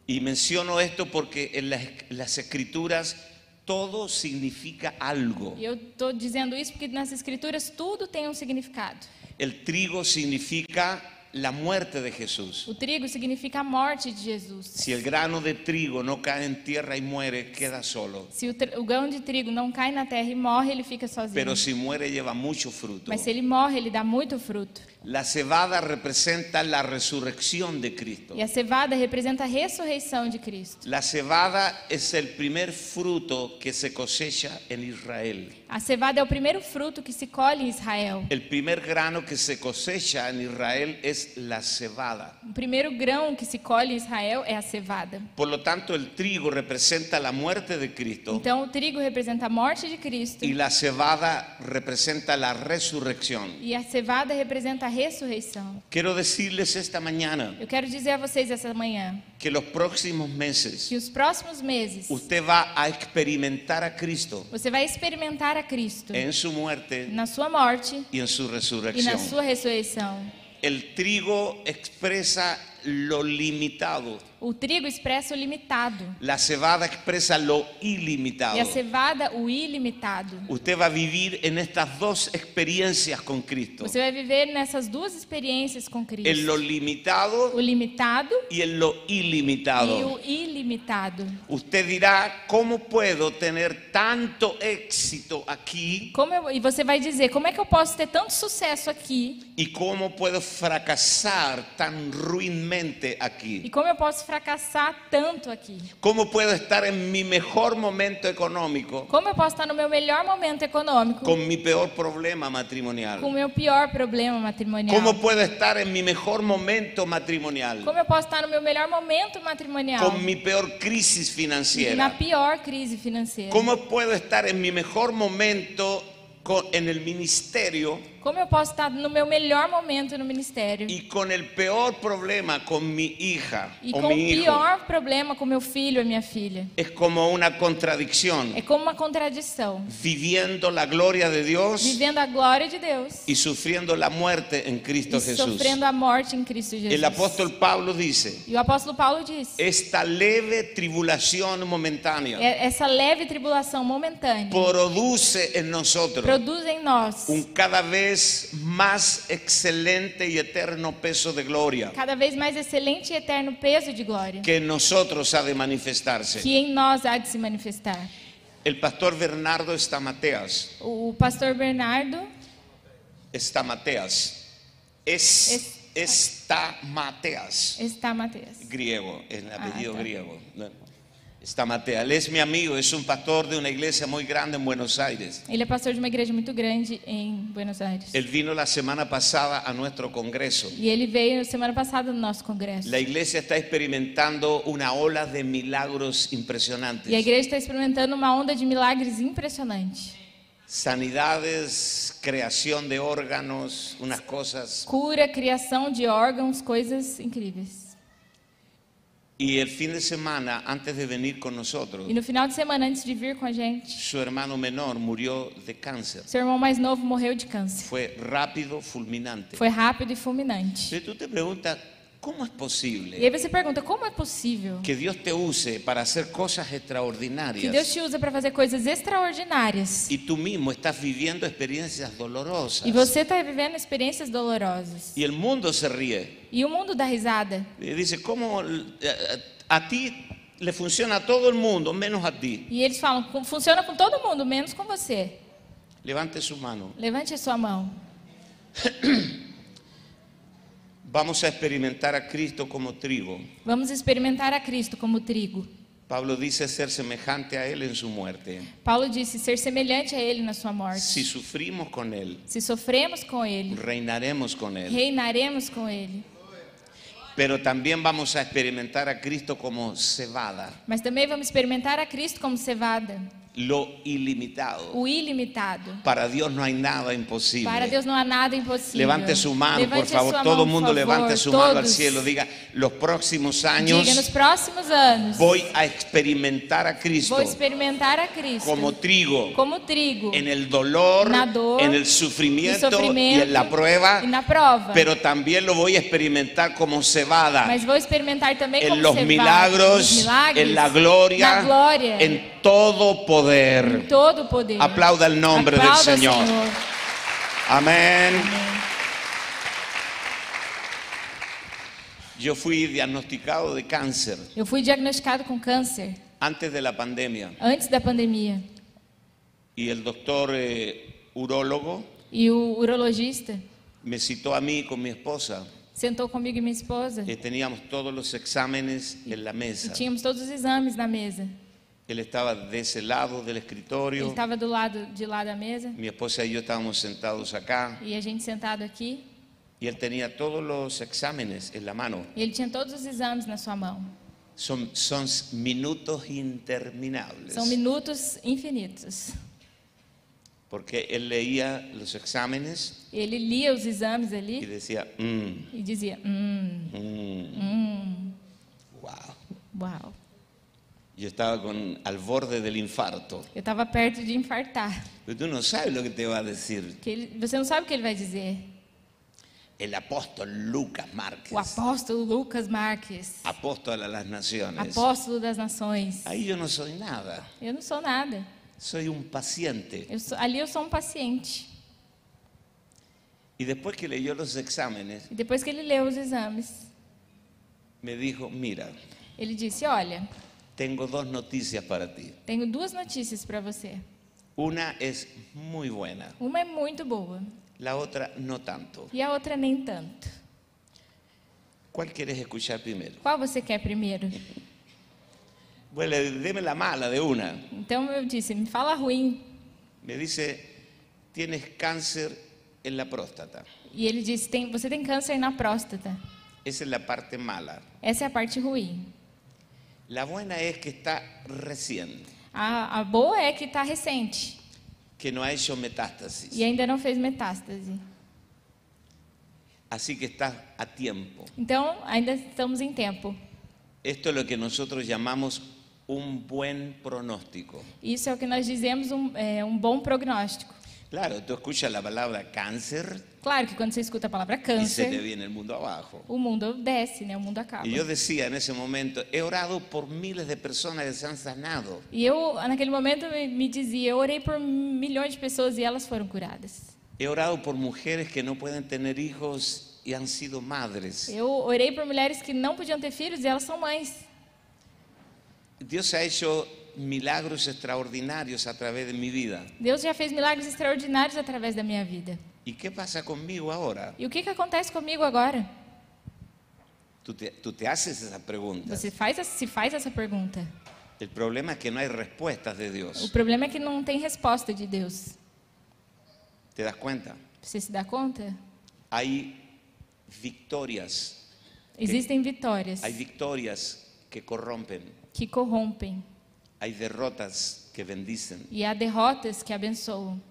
S1: Y menciono esto porque en las, las escrituras todo significa algo.
S2: E eu estou dizendo isso porque nas Escrituras tudo tem um significado.
S1: El trigo significa la muerte de Jesús.
S2: O trigo significa a morte de Jesus.
S1: Si el grano de trigo no cae en tierra y muere, queda solo.
S2: Se o, tr- o grão de trigo não cai na terra e morre, ele fica sozinho.
S1: Pero si muere lleva mucho fruto.
S2: Mas se ele morre, ele dá muito fruto.
S1: La cebada representa la resurrección de Cristo.
S2: E a cevada representa a ressurreição de Cristo.
S1: La cebada es el primer fruto que se cosecha en Israel.
S2: A cevada é o primeiro fruto que se colhe em Israel.
S1: El primer grano que se cosecha en Israel es la cebada.
S2: O primeiro grão que se colhe em Israel é a cevada.
S1: Por lo tanto, el trigo representa la muerte de Cristo
S2: Então o trigo representa a morte de Cristo
S1: y la cebada representa la resurrección.
S2: e a cevada representa a ressurreição.
S1: Quiero decirles esta mañana
S2: Eu quero dizer a vocês essa manhã
S1: que los próximos meses
S2: que os próximos meses
S1: usted va a experimentar a Cristo
S2: você vai experimentar a Cristo
S1: en su muerte
S2: na sua morte
S1: y en su
S2: e na
S1: resurrección.
S2: sua ressurreição.
S1: El trigo expresa lo limitado,
S2: O trigo expressa o limitado
S1: la cebada expresa lo
S2: e a
S1: ilimitado.
S2: cevada Ah, o ilimitado.
S1: Usted va a vivir en estas dos experiencias con Cristo,
S2: Você vai viver nessas duas experiências com
S1: en
S2: Cristo:
S1: lo limitado
S2: o limitado
S1: y en lo
S2: e
S1: ilimitado.
S2: o ilimitado.
S1: Usted dirá, ¿cómo puedo tener tanto éxito aquí
S2: Como eu- e você vai dizer: como é que eu posso ter tanto sucesso aqui
S1: y cómo puedo fracasar tan ruinmente
S2: e
S1: aquí?
S2: como eu posso fracassar tanto aqui?
S1: ¿Cómo puedo estar en mi mejor momento económico
S2: Como eu posso estar no meu melhor momento econômico
S1: con mi peor problema
S2: com o
S1: matrimonial?
S2: meu pior problema matrimonial?
S1: ¿Cómo puedo estar en mi mejor momento matrimonial
S2: Como eu posso estar no meu melhor momento matrimonial
S1: con mi peor crisis
S2: e na
S1: financiera?
S2: pior crise financeira?
S1: ¿Cómo puedo estar en mi mejor momento con- en el ministerio
S2: Como eu posso estar no meu melhor momento no ministério
S1: y con el peor problema con mi hija
S2: e
S1: o
S2: com o
S1: mi hijo?
S2: pior problema com meu filho e minha filha?
S1: Es como una contradicción,
S2: É como uma contradição.
S1: viviendo la gloria de Dios
S2: Vivendo a glória de Deus e
S1: y sufriendo la muerte en Cristo Jesús.
S2: sofrendo a morte em Cristo Jesus.
S1: El apóstol Pablo dice,
S2: E o apóstolo Paulo diz:
S1: esta leve tribulación momentánea
S2: "É- essa leve tribulação momentânea
S1: produce en nosotros
S2: produz em nós
S1: un cada vez más excelente y eterno peso de gloria
S2: cada vez mais excelente e eterno peso de glória
S1: que en nosotros ha de manifestarse.
S2: que em nós há de se manifestar.
S1: El pastor Bernardo Estamateas,
S2: O pastor Bernardo
S1: Estamateas, es, Estamateas,
S2: está Mateus.
S1: griego, es el apellido
S2: tá.
S1: griego. ¿no? Estamateas, él es mi amigo, es un pastor de una iglesia muy grande en Buenos Aires.
S2: Ele é pastor de uma igreja muito grande em Buenos Aires.
S1: Él vino la semana pasada a nuestro congreso.
S2: E ele veio semana passada no nosso congresso.
S1: La iglesia está experimentando una ola de milagros
S2: E a
S1: impresionantes.
S2: igreja está experimentando uma onda de milagres impressionante.
S1: Sanidades, creación de órganos, unas cosas.
S2: Cura, criação de órgãos, coisas incríveis.
S1: Y el fin de semana, antes de venir con nosotros,
S2: E no final de semana, antes de vir com a gente,
S1: su hermano menor murió de cáncer.
S2: seu irmão mais novo morreu de câncer.
S1: Fue rápido, fulminante.
S2: Foi rápido e fulminante.
S1: Si tú te preguntas, ¿cómo es
S2: E aí
S1: posible
S2: você pergunta, como é possível
S1: que Dios te use para hacer cosas
S2: que Deus
S1: extraordinarias
S2: te usa para fazer coisas extraordinarias
S1: y tú mismo estás viviendo experiencias
S2: e
S1: dolorosas?
S2: você está vivendo experiências dolorosas?
S1: Y el mundo se ríe.
S2: E o mundo dá risada.
S1: Y dice, ¿cómo eh, a ti le funciona a todo el mundo menos a ti?
S2: E eles falam, "Fun- funciona com todo mundo, menos com você.
S1: Levante su mano.
S2: Levante a sua mão.
S1: Vamos a experimentar a Cristo como trigo.
S2: Vamos experimentar a Cristo como trigo.
S1: Pablo dice ser semejante a Él en su muerte.
S2: Paulo disse ser semelhante a ele na sua morte.
S1: Si sufrimos con Él,
S2: Se sofremos com ele,
S1: reinaremos con Él.
S2: reinaremos com ele.
S1: Pero también vamos a experimentar a Cristo como cebada,
S2: Mas também vamos experimentar a Cristo como cevada,
S1: lo ilimitado.
S2: o ilimitado.
S1: Para Dios no hay nada
S2: Para
S1: imposible.
S2: Deus não há nada impossível.
S1: Levante su mano, por
S2: Levante a
S1: favor.
S2: sua
S1: Todo
S2: mão,
S1: el mundo
S2: por
S1: levante
S2: favor.
S1: su mano al
S2: Todos.
S1: cielo. Diga, los próximos
S2: Diga, nos
S1: años
S2: próximos anos,
S1: voy a experimentar a Cristo
S2: vou experimentar a Cristo
S1: como trigo
S2: como trigo.
S1: en el dolor,
S2: Na dor,
S1: en el
S2: no
S1: sufrimiento y
S2: sofrimento
S1: en la prueba,
S2: e na prova.
S1: pero también lo voy a experimentar como cebada
S2: Mas vou experimentar também
S1: Ah. en
S2: como
S1: los
S2: cevada,
S1: milagros,
S2: nos milagres,
S1: en la gloria,
S2: na glória,
S1: en todo
S2: em
S1: poder.
S2: todo o poder.
S1: Aplauda el nombre del
S2: Aplauda ao
S1: Señor.
S2: Senhor.
S1: Amén. Yo fui diagnosticado de cáncer
S2: Eu fui diagnosticado com câncer
S1: antes de la pandemia
S2: antes da pandemia.
S1: y el doctor eh, urólogo
S2: E o urologista
S1: me citó a mí con mi esposa
S2: sentou comigo e minha esposa
S1: Eh, teníamos todos los exámenes en la
S2: e
S1: mesa.
S2: tínhamos todos os exames na mesa.
S1: Él estaba de ese lado del
S2: Ele
S1: escritorio,
S2: estava do lado de lá da mesa
S1: mi esposa y yo estábamos sentados acá
S2: e a gente sentado aqui.
S1: y él tenía todos los exámenes en la mano.
S2: E ele tinha todos os exames na sua mão.
S1: Son, son minutos
S2: São
S1: interminables
S2: minutos infinitos.
S1: porque él leía los exámenes
S2: Ele lia os exames
S1: y
S2: ali
S1: decía, "Mm,
S2: e dizia: Hum,
S1: mm,
S2: hum,
S1: wow.
S2: uau.
S1: Yo estaba con, al borde del infarto.
S2: Eu estava perto de infartar.
S1: Pero tú no sabes lo que te va a decir
S2: Que ele- você não sabe o que ele vai dizer.
S1: el apóstol Lucas Márquez,
S2: O apóstolo Lucas Marques,
S1: apóstol a las naciones.
S2: apóstolo das nações.
S1: Ahí yo no soy nada.
S2: Eu não sou nada.
S1: Soy un paciente.
S2: Eu sou- ali eu sou um paciente.
S1: Y después que leyó los exámenes,
S2: E depois que ele leu os exames,
S1: me dijo, mira,
S2: ele disse: Olha,
S1: tengo dos noticias para ti.
S2: tenho duas notícias para você.
S1: Una es muy buena,
S2: Uma é muito boa
S1: la otra no tanto.
S2: e a outra nem tanto.
S1: ¿Cuál quieres escuchar primero?
S2: Qual você quer primeiro?
S1: Bueno, deme la mala de una.
S2: Então eu disse: Me fala a ruim.
S1: Me dice, tienes cáncer en la próstata.
S2: E ele disse: tem, Você tem câncer na próstata.
S1: Esa es la parte mala.
S2: Essa é a parte ruim.
S1: La buena es que está recién.
S2: A, a boa é que está tá recente.
S1: que no ha hecho metástasis.
S2: e ainda não fez metástase.
S1: Así que estás a tiempo.
S2: Então, ainda estamos em tempo.
S1: Esto es lo que nosotros llamamos un buen pronóstico.
S2: Isso é o que nós dizemos, um, é, um bom prognóstico.
S1: Claro, tú escuchas la palabra cáncer
S2: Claro que quando você escuta a palavra
S1: y se te
S2: câncer,
S1: viene el mundo abajo.
S2: o mundo desce, né? o mundo acaba.
S1: Y yo decía en ese momento, he orado por miles de personas que se han sanado.
S2: E eu, naquele momento, me, me dizia, eu orei por milhões de pessoas e elas foram curadas.
S1: He orado por mujeres que no pueden tener hijos y han sido madres.
S2: Eu orei por mulheres que não podiam ter filhos e elas são mães.
S1: Dios ha hecho milagros extraordinarios a través de mi vida.
S2: Deus já fez milagres extraordinários através da minha vida.
S1: ¿Y qué pasa conmigo ahora?
S2: E o que, que acontece comigo agora?
S1: Tú te, tú te haces esa pregunta.
S2: Você faz, essa- se faz essa pergunta.
S1: El problema es que no hay respuestas de
S2: O
S1: Dios.
S2: problema é que não tem resposta de Deus.
S1: ¿Te das cuenta?
S2: Você se dá conta?
S1: Hay victorias,
S2: Existem vitórias
S1: hay victorias que corrompen,
S2: que corrompem
S1: hay derrotas que bendicen.
S2: e há derrotas que abençoam.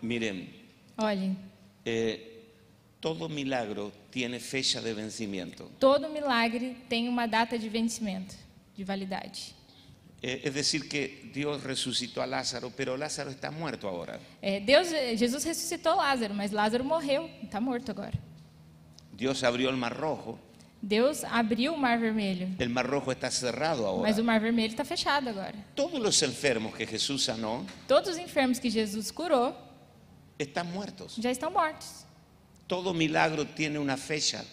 S1: Miren,
S2: Olhem,
S1: eh, todo milagro tiene fecha de vencimiento.
S2: todo milagre tem uma data de vencimento, de validade.
S1: Eh, es decir, que Dios resucitó a Lázaro, pero Lázaro está muerto ahora.
S2: É, Deus, é, Jesus ressuscitou Lázaro, mas Lázaro morreu, está morto agora.
S1: Dios abrió el mar rojo,
S2: Deus abriu o Mar Vermelho,
S1: el mar rojo está cerrado
S2: mas o
S1: ahora.
S2: Mar Vermelho está fechado agora.
S1: Todos los enfermos que Jesús sanó
S2: Todos os enfermos que Jesus curou
S1: están muertos.
S2: já estão mortos.
S1: Todo milagro tiene una fecha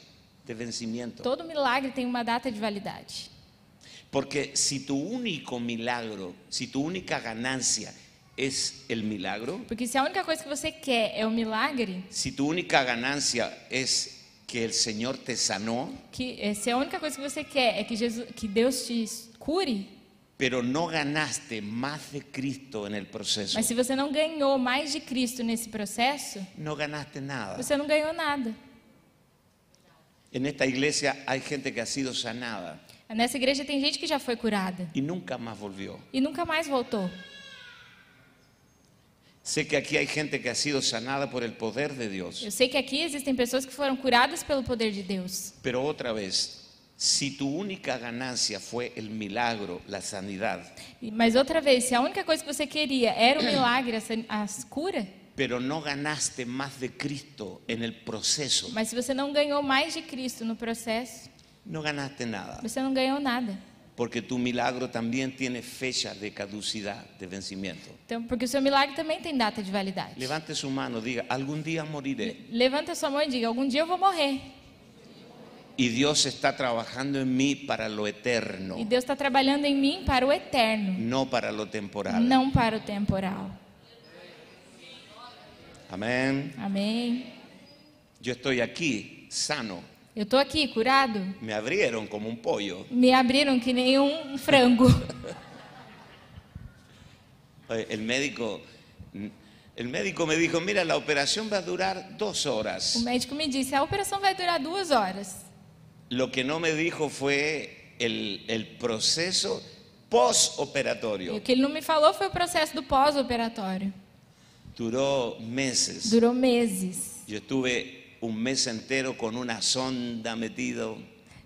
S1: de vencimiento.
S2: Todo milagre tem uma data de validade.
S1: Porque si tu único milagro, si tu única ganancia es el milagro,
S2: Porque se a única coisa que você quer é o milagre,
S1: si tu única ganancia es que el Señor te sanó,
S2: que eh, se a única coisa que você quer é que Jesus, que Deus te cure,
S1: pero no ganaste más de Cristo en el proceso,
S2: mas se você não ganhou mais de Cristo nesse processo,
S1: no ganaste nada.
S2: você não ganhou nada.
S1: En esta iglesia hay gente que ha sido sanada
S2: Nessa igreja tem gente que já foi curada
S1: y nunca más volvió.
S2: e nunca mais voltou.
S1: Sé que aquí hay gente que ha sido sanada por el poder de Dios,
S2: Eu sei que aqui existem pessoas que foram curadas pelo poder de Deus.
S1: pero otra vez, si tu única ganancia fue el milagro, la sanidad,
S2: E- Mas outra vez, se a única coisa que você queria era o milagre, a san- a cura,
S1: pero no ganaste más de Cristo en el proceso,
S2: mas se você não ganhou mais de Cristo no processo,
S1: no ganaste nada,
S2: você não ganhou nada.
S1: porque tu milagro también tiene fecha de caducidad, de vencimiento.
S2: Então, porque o seu milagre também tem data de validade.
S1: Levante su mano, diga, algún día moriré
S2: Levanta sua mão e diga: algum dia eu vou morrer.
S1: y Dios está trabajando en mí para lo eterno,
S2: E Deus está trabalhando em mim para o eterno,
S1: no para lo temporal.
S2: não para o temporal.
S1: Amén.
S2: Amém.
S1: Yo estoy aquí, sano.
S2: Eu estou aqui curado.
S1: Me abrieron como un pollo.
S2: Me abriram que nem um frango.
S1: Eh, El médico, el médico me dijo, mira, la operación va a durar dos
S2: O
S1: horas.
S2: médico me disse: a operação vai durar duas horas.
S1: Lo que no me dijo fue el, el proceso
S2: E
S1: postoperatorio.
S2: o que ele não me falou foi o processo do pós-operatório.
S1: Duró meses.
S2: Durou meses.
S1: Yo estuve un mes entero con una sonda metido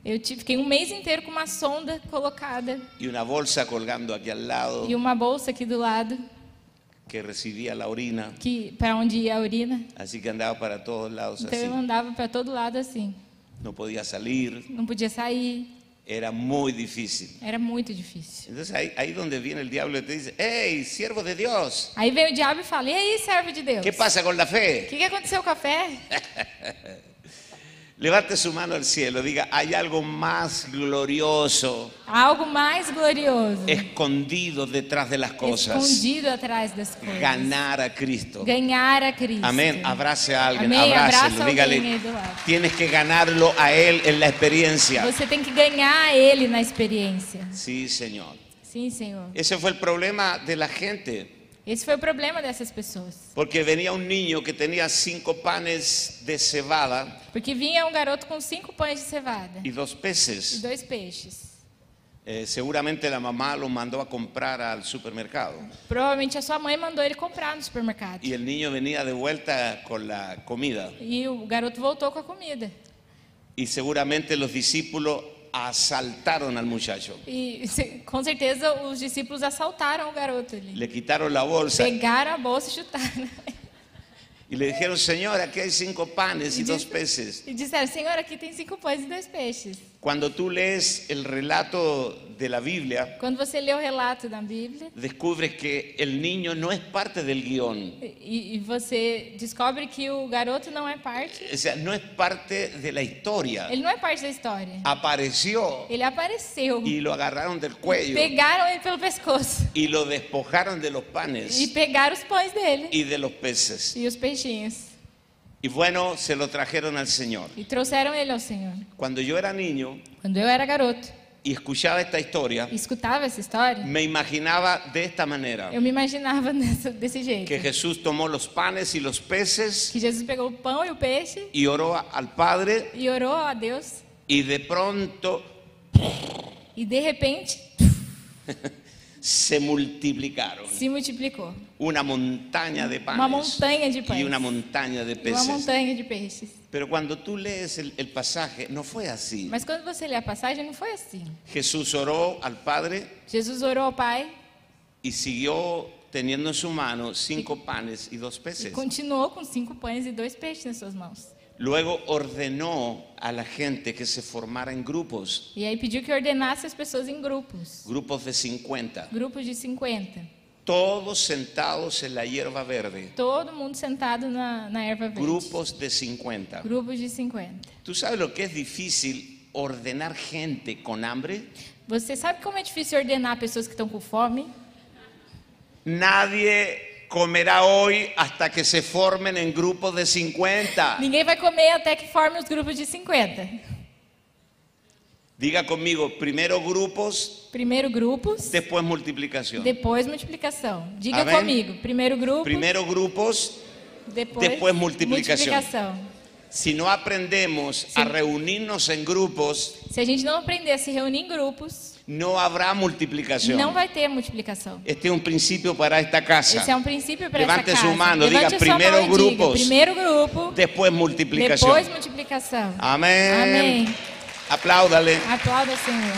S2: Eu ti- fiquei um mês inteiro com uma sonda colocada
S1: y una bolsa colgando aquí al lado
S2: e uma bolsa aqui do lado,
S1: que recibía la orina.
S2: que para onde ia a urina.
S1: Así que andaba para todos lados
S2: Então
S1: así.
S2: eu andava para todo lado assim.
S1: No podía salir.
S2: Não podia sair.
S1: Era muy difícil.
S2: Era muito difícil.
S1: Entonces ahí, ahí donde viene el diablo y te dice, hey, siervo de Dios,
S2: Aí veio o diabo e fala: E aí, servo de Deus?
S1: ¿qué pasa con la
S2: O
S1: fe?
S2: que, que aconteceu com a fé?
S1: Levante su mano al cielo, diga, hay algo más glorioso
S2: Há Algo mais glorioso.
S1: É. escondido detrás de las cosas.
S2: Escondido atrás das coisas.
S1: Ganar a Cristo.
S2: Ganhar a Cristo.
S1: Amén. Abrace a alguien,
S2: Amén.
S1: abrácelo,
S2: Abraza a alguien
S1: dígale,
S2: ahí do lado.
S1: tienes que ganarlo a Él en la experiencia.
S2: Você tem que ganhar ele na experiência.
S1: Sí, Señor.
S2: Sim, Senhor.
S1: Ese fue el problema de la gente,
S2: Esse foi o problema dessas pessoas.
S1: porque venía un niño que tenía cinco panes de cebada
S2: Porque vinha um garoto com cinco pães de cevada
S1: y dos
S2: e
S1: peces.
S2: dois peixes.
S1: Eh, seguramente la mamá lo mandó a comprar al supermercado
S2: Provavelmente a sua mãe mandou ele comprar no supermercado.
S1: y el niño venía de vuelta con la comida.
S2: E o garoto voltou com a comida.
S1: Y seguramente los discípulos asaltaron al muchacho.
S2: E se- com certeza os discípulos assaltaram o garoto ali.
S1: Le quitaron la bolsa
S2: Pegaram a bolsa e chutaram.
S1: y le dijeron, señora, aquí hay cinco panes y dos peces.
S2: E disseram: Senhor, aqui tem cinco pães e dois peixes.
S1: Cuando tú lees el relato de la Biblia,
S2: Quando você lê o relato da Bíblia
S1: descubres que el niño no es parte del guión,
S2: e, e você descobre que o garoto não é parte,
S1: o sea, no es parte de la historia.
S2: ele não é parte da história.
S1: Apareció
S2: Ele apareceu.
S1: y lo agarraron del cuello
S2: Pegaram ele pelo pescoço
S1: y lo despojaron de los
S2: e
S1: panes
S2: pegaram os pães dele
S1: y de los peces.
S2: e os peixinhos
S1: Y bueno, se lo trajeron al Señor.
S2: e trouxeram ele ao Senhor.
S1: Cuando yo era niño
S2: Quando eu era garoto
S1: y escuchaba esta historia,
S2: e escutava essa história,
S1: me imaginaba de esta manera,
S2: eu me imaginava nessa- desse jeito.
S1: que Jesús tomó los panes y los peces
S2: Que Jesus pegou o pão e o peixe
S1: y oró al Padre
S2: e orou a Deus
S1: y de pronto
S2: e de repente
S1: se multiplicaron.
S2: se multiplicou.
S1: Una montaña de panes
S2: Uma montanha de
S1: y
S2: pães
S1: una montaña de
S2: e uma
S1: peces.
S2: montanha de peixes.
S1: Pero cuando tú lees el, el pasaje, no fue así.
S2: Mas quando você lê a passagem, não foi assim.
S1: Jesús oró al Padre
S2: Jesus orou ao Pai
S1: y siguió teniendo en su mano cinco panes y dos
S2: e
S1: peces.
S2: continuou com cinco pães e dois peixes nas suas mãos.
S1: Luego ordenó a la gente que se formara en grupos,
S2: E aí pediu que ordenasse as pessoas em grupos
S1: grupos de 50,
S2: grupos de 50.
S1: todos sentados en la hierba verde,
S2: Todo mundo sentado na, na erva verde.
S1: grupos de 50.
S2: Grupos de 50.
S1: ¿Tú sabes lo que es difícil ordenar gente con hambre?
S2: Você sabe como é difícil ordenar pessoas que estão com fome?
S1: Nadie comerá hoy hasta que se formen en grupos de 50.
S2: Ninguém vai comer até que forme os grupos de 50.
S1: Diga conmigo, primero grupos,
S2: Primeiro grupos,
S1: después multiplicação.
S2: depois multiplicação. Diga
S1: Amém?
S2: comigo. Primeiro grupo,
S1: Primero grupos,
S2: depois,
S1: depois multiplicação.
S2: multiplicação.
S1: si no aprendemos a reunirnos en grupos,
S2: Se a gente não aprender a se reunir em grupos,
S1: no habrá multiplicación.
S2: não vai ter multiplicação.
S1: Este es un principio para esta casa.
S2: Esse é um princípio para
S1: Levante
S2: essa casa.
S1: sua mano, diga,
S2: Levante a sua
S1: primeiro
S2: mão e diga,
S1: grupos.
S2: primeiro grupo,
S1: Después multiplicación.
S2: depois multiplicação.
S1: Amén.
S2: Amém.
S1: Apláudale.
S2: Aplauda, Senhor.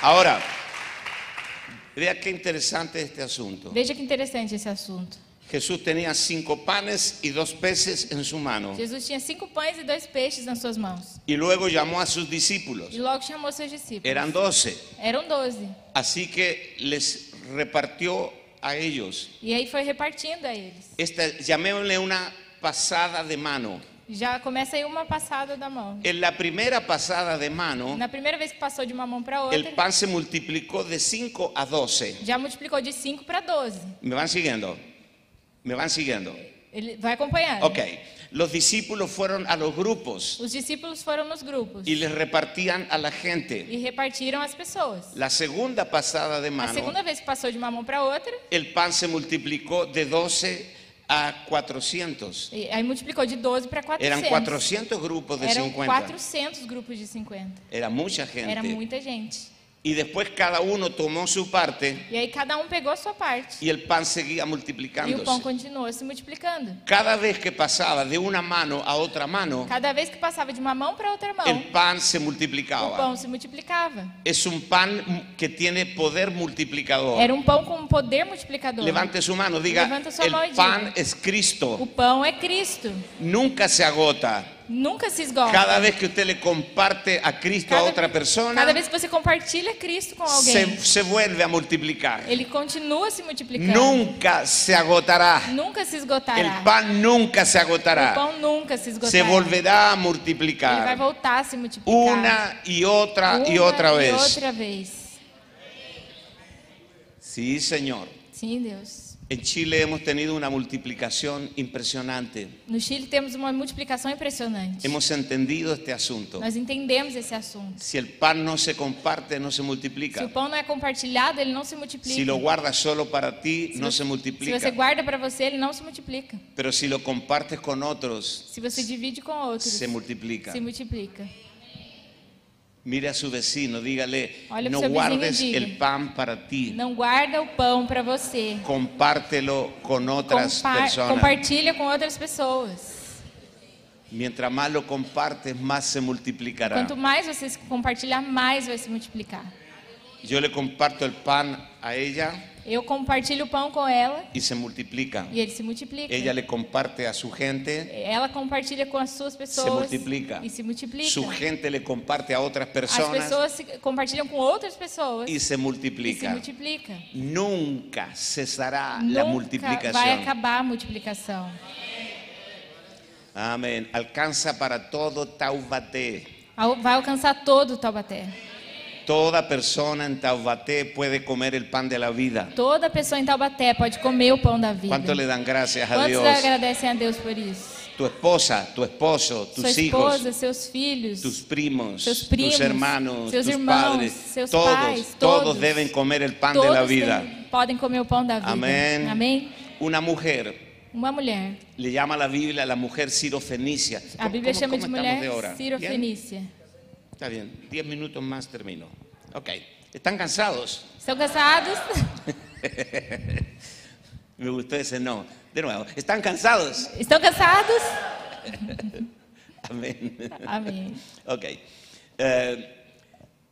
S1: Ahora, vea qué interesante este asunto.
S2: Veja que interessante esse assunto.
S1: Jesús tenía cinco panes y dos peces en su mano.
S2: Jesus tinha cinco pães e dois peixes nas suas mãos.
S1: Y luego llamó a sus discípulos.
S2: E logo chamou seus discípulos.
S1: Eran doce.
S2: Eram doze.
S1: Así que les repartió a ellos.
S2: E aí foi repartindo a eles.
S1: Esta, llamémosle una pasada de mano.
S2: Já começa aí uma passada da mão.
S1: En la primera pasada de mano,
S2: Na primeira vez que passou de uma mão para outra,
S1: el pan se multiplicó de 5 a 12.
S2: já multiplicou de 5 para 12.
S1: ¿Me van siguiendo? ¿Me van siguiendo?
S2: Ele vai acompanhando.
S1: Ok. Los discípulos fueron a los grupos
S2: Os discípulos foram nos grupos
S1: y les repartían a la gente.
S2: e repartiram as pessoas.
S1: La segunda pasada de
S2: A
S1: mano,
S2: segunda vez que passou de uma mão para outra,
S1: el pan se multiplicó de 12 a 400.
S2: e- aí multiplicou de 12 para 400.
S1: Eran 400 grupos de
S2: Eram
S1: 50.
S2: 400 grupos de 50.
S1: Era mucha
S2: Era
S1: gente.
S2: muita gente.
S1: Y después cada uno tomó su parte
S2: E aí cada um pegou a sua parte.
S1: y el pan seguía
S2: E o pão
S1: multiplicándose.
S2: continuou se multiplicando.
S1: Cada vez que pasaba de una mano a otra mano,
S2: Cada vez que passava de uma mão para outra mão,
S1: el pan se
S2: o
S1: multiplicaba.
S2: pão se multiplicava.
S1: Es un pan que tiene poder multiplicador.
S2: Era um pão com um poder multiplicador.
S1: Levante su mano, diga,
S2: Levanta sua mão e
S1: el
S2: diga.
S1: pan es
S2: O
S1: Cristo,
S2: pão é Cristo.
S1: nunca se agota.
S2: Nunca se esgota.
S1: Cada um, vez que usted le comparte a Cristo a
S2: Cada-
S1: otra persona,
S2: cada vez que você compartilha Cristo com alguém,
S1: se, se vuelve a multiplicar.
S2: ele continua se multiplicando.
S1: Nunca se agotará.
S2: Nunca se esgotará.
S1: El pan nunca se
S2: O
S1: agotará.
S2: pão nunca se esgotará.
S1: Se volverá a
S2: Ele vai
S1: multiplicar
S2: voltar a se multiplicar.
S1: una y otra
S2: Uma
S1: y otra
S2: e
S1: vez.
S2: outra vez.
S1: Sí, Señor.
S2: Sim, Deus.
S1: En Chile hemos tenido una multiplicación impresionante.
S2: No Chile temos uma multiplicação impressionante.
S1: Hemos entendido este asunto.
S2: Nós entendemos esse assunto.
S1: Si el pan no se comparte, no se
S2: Se o
S1: multiplica.
S2: pão não é compartilhado, ele não se multiplica.
S1: Si lo guardas solo para ti,
S2: Se
S1: no se
S2: você- Se você
S1: multiplica.
S2: guarda para você, ele não se multiplica.
S1: Pero si lo compartes con otros,
S2: Se você divide com outros,
S1: se multiplica.
S2: se multiplica.
S1: Mire a su vecino, dígale,
S2: Olha pro
S1: no
S2: seu vizinho e
S1: guardes
S2: diga.
S1: el pan para ti,
S2: Não guarda o pão para você.
S1: compártelo con otras
S2: Compa-
S1: personas.
S2: compartilha com outras pessoas.
S1: Mientras más lo compartes, más se multiplicará.
S2: Quanto mais você se compartilhar, mais vai se multiplicar.
S1: Yo le comparto el pan a ella
S2: Eu compartilho o pão com ela
S1: y se multiplica.
S2: e ele se multiplica.
S1: Ella le comparte a su gente,
S2: Ela compartilha com as suas pessoas
S1: se multiplica.
S2: e se multiplica.
S1: Su gente le comparte a otras
S2: As
S1: personas
S2: pessoas se compartilham com outras pessoas
S1: y se
S2: e se
S1: multiplica.
S2: multiplica.
S1: Nunca cesará la
S2: Nunca vai
S1: multiplicación.
S2: acabar a multiplicação.
S1: Amén. Alcanza para todo Taubaté.
S2: Al- Vai alcançar todo o Taubaté.
S1: Toda persona en Taubaté puede comer el pan de la vida.
S2: Toda pessoa em Taubaté pode comer o pão da vida.
S1: ¿Cuánto le dan gracias a
S2: Quantos
S1: Dios?
S2: agradecem a Deus por isso?
S1: Tu esposa, tu esposo,
S2: Sua
S1: tus hijos,
S2: esposa, seus filhos,
S1: tus primos,
S2: Seus
S1: tus
S2: primos,
S1: hermanos,
S2: seus
S1: tus
S2: irmãos,
S1: padres,
S2: seus
S1: todos,
S2: pais,
S1: todos
S2: todos.
S1: deben comer el pan de
S2: todos
S1: la vida.
S2: têm- podem comer o pão da vida.
S1: Amén.
S2: Amém?
S1: Una mujer
S2: Uma mulher.
S1: le llama la Biblia la mujer sirofenicia.
S2: A Bíblia chama de
S1: estamos de
S2: mulher
S1: hora? ¿Bien?
S2: cirofenícia.
S1: Está bien, 10 minutos más termino. Ok, ¿están cansados?
S2: Estão cansados?
S1: Me gustó ese no. De nuevo, ¿están cansados?
S2: Estão cansados?
S1: Amén.
S2: Amém.
S1: Ok. Eh,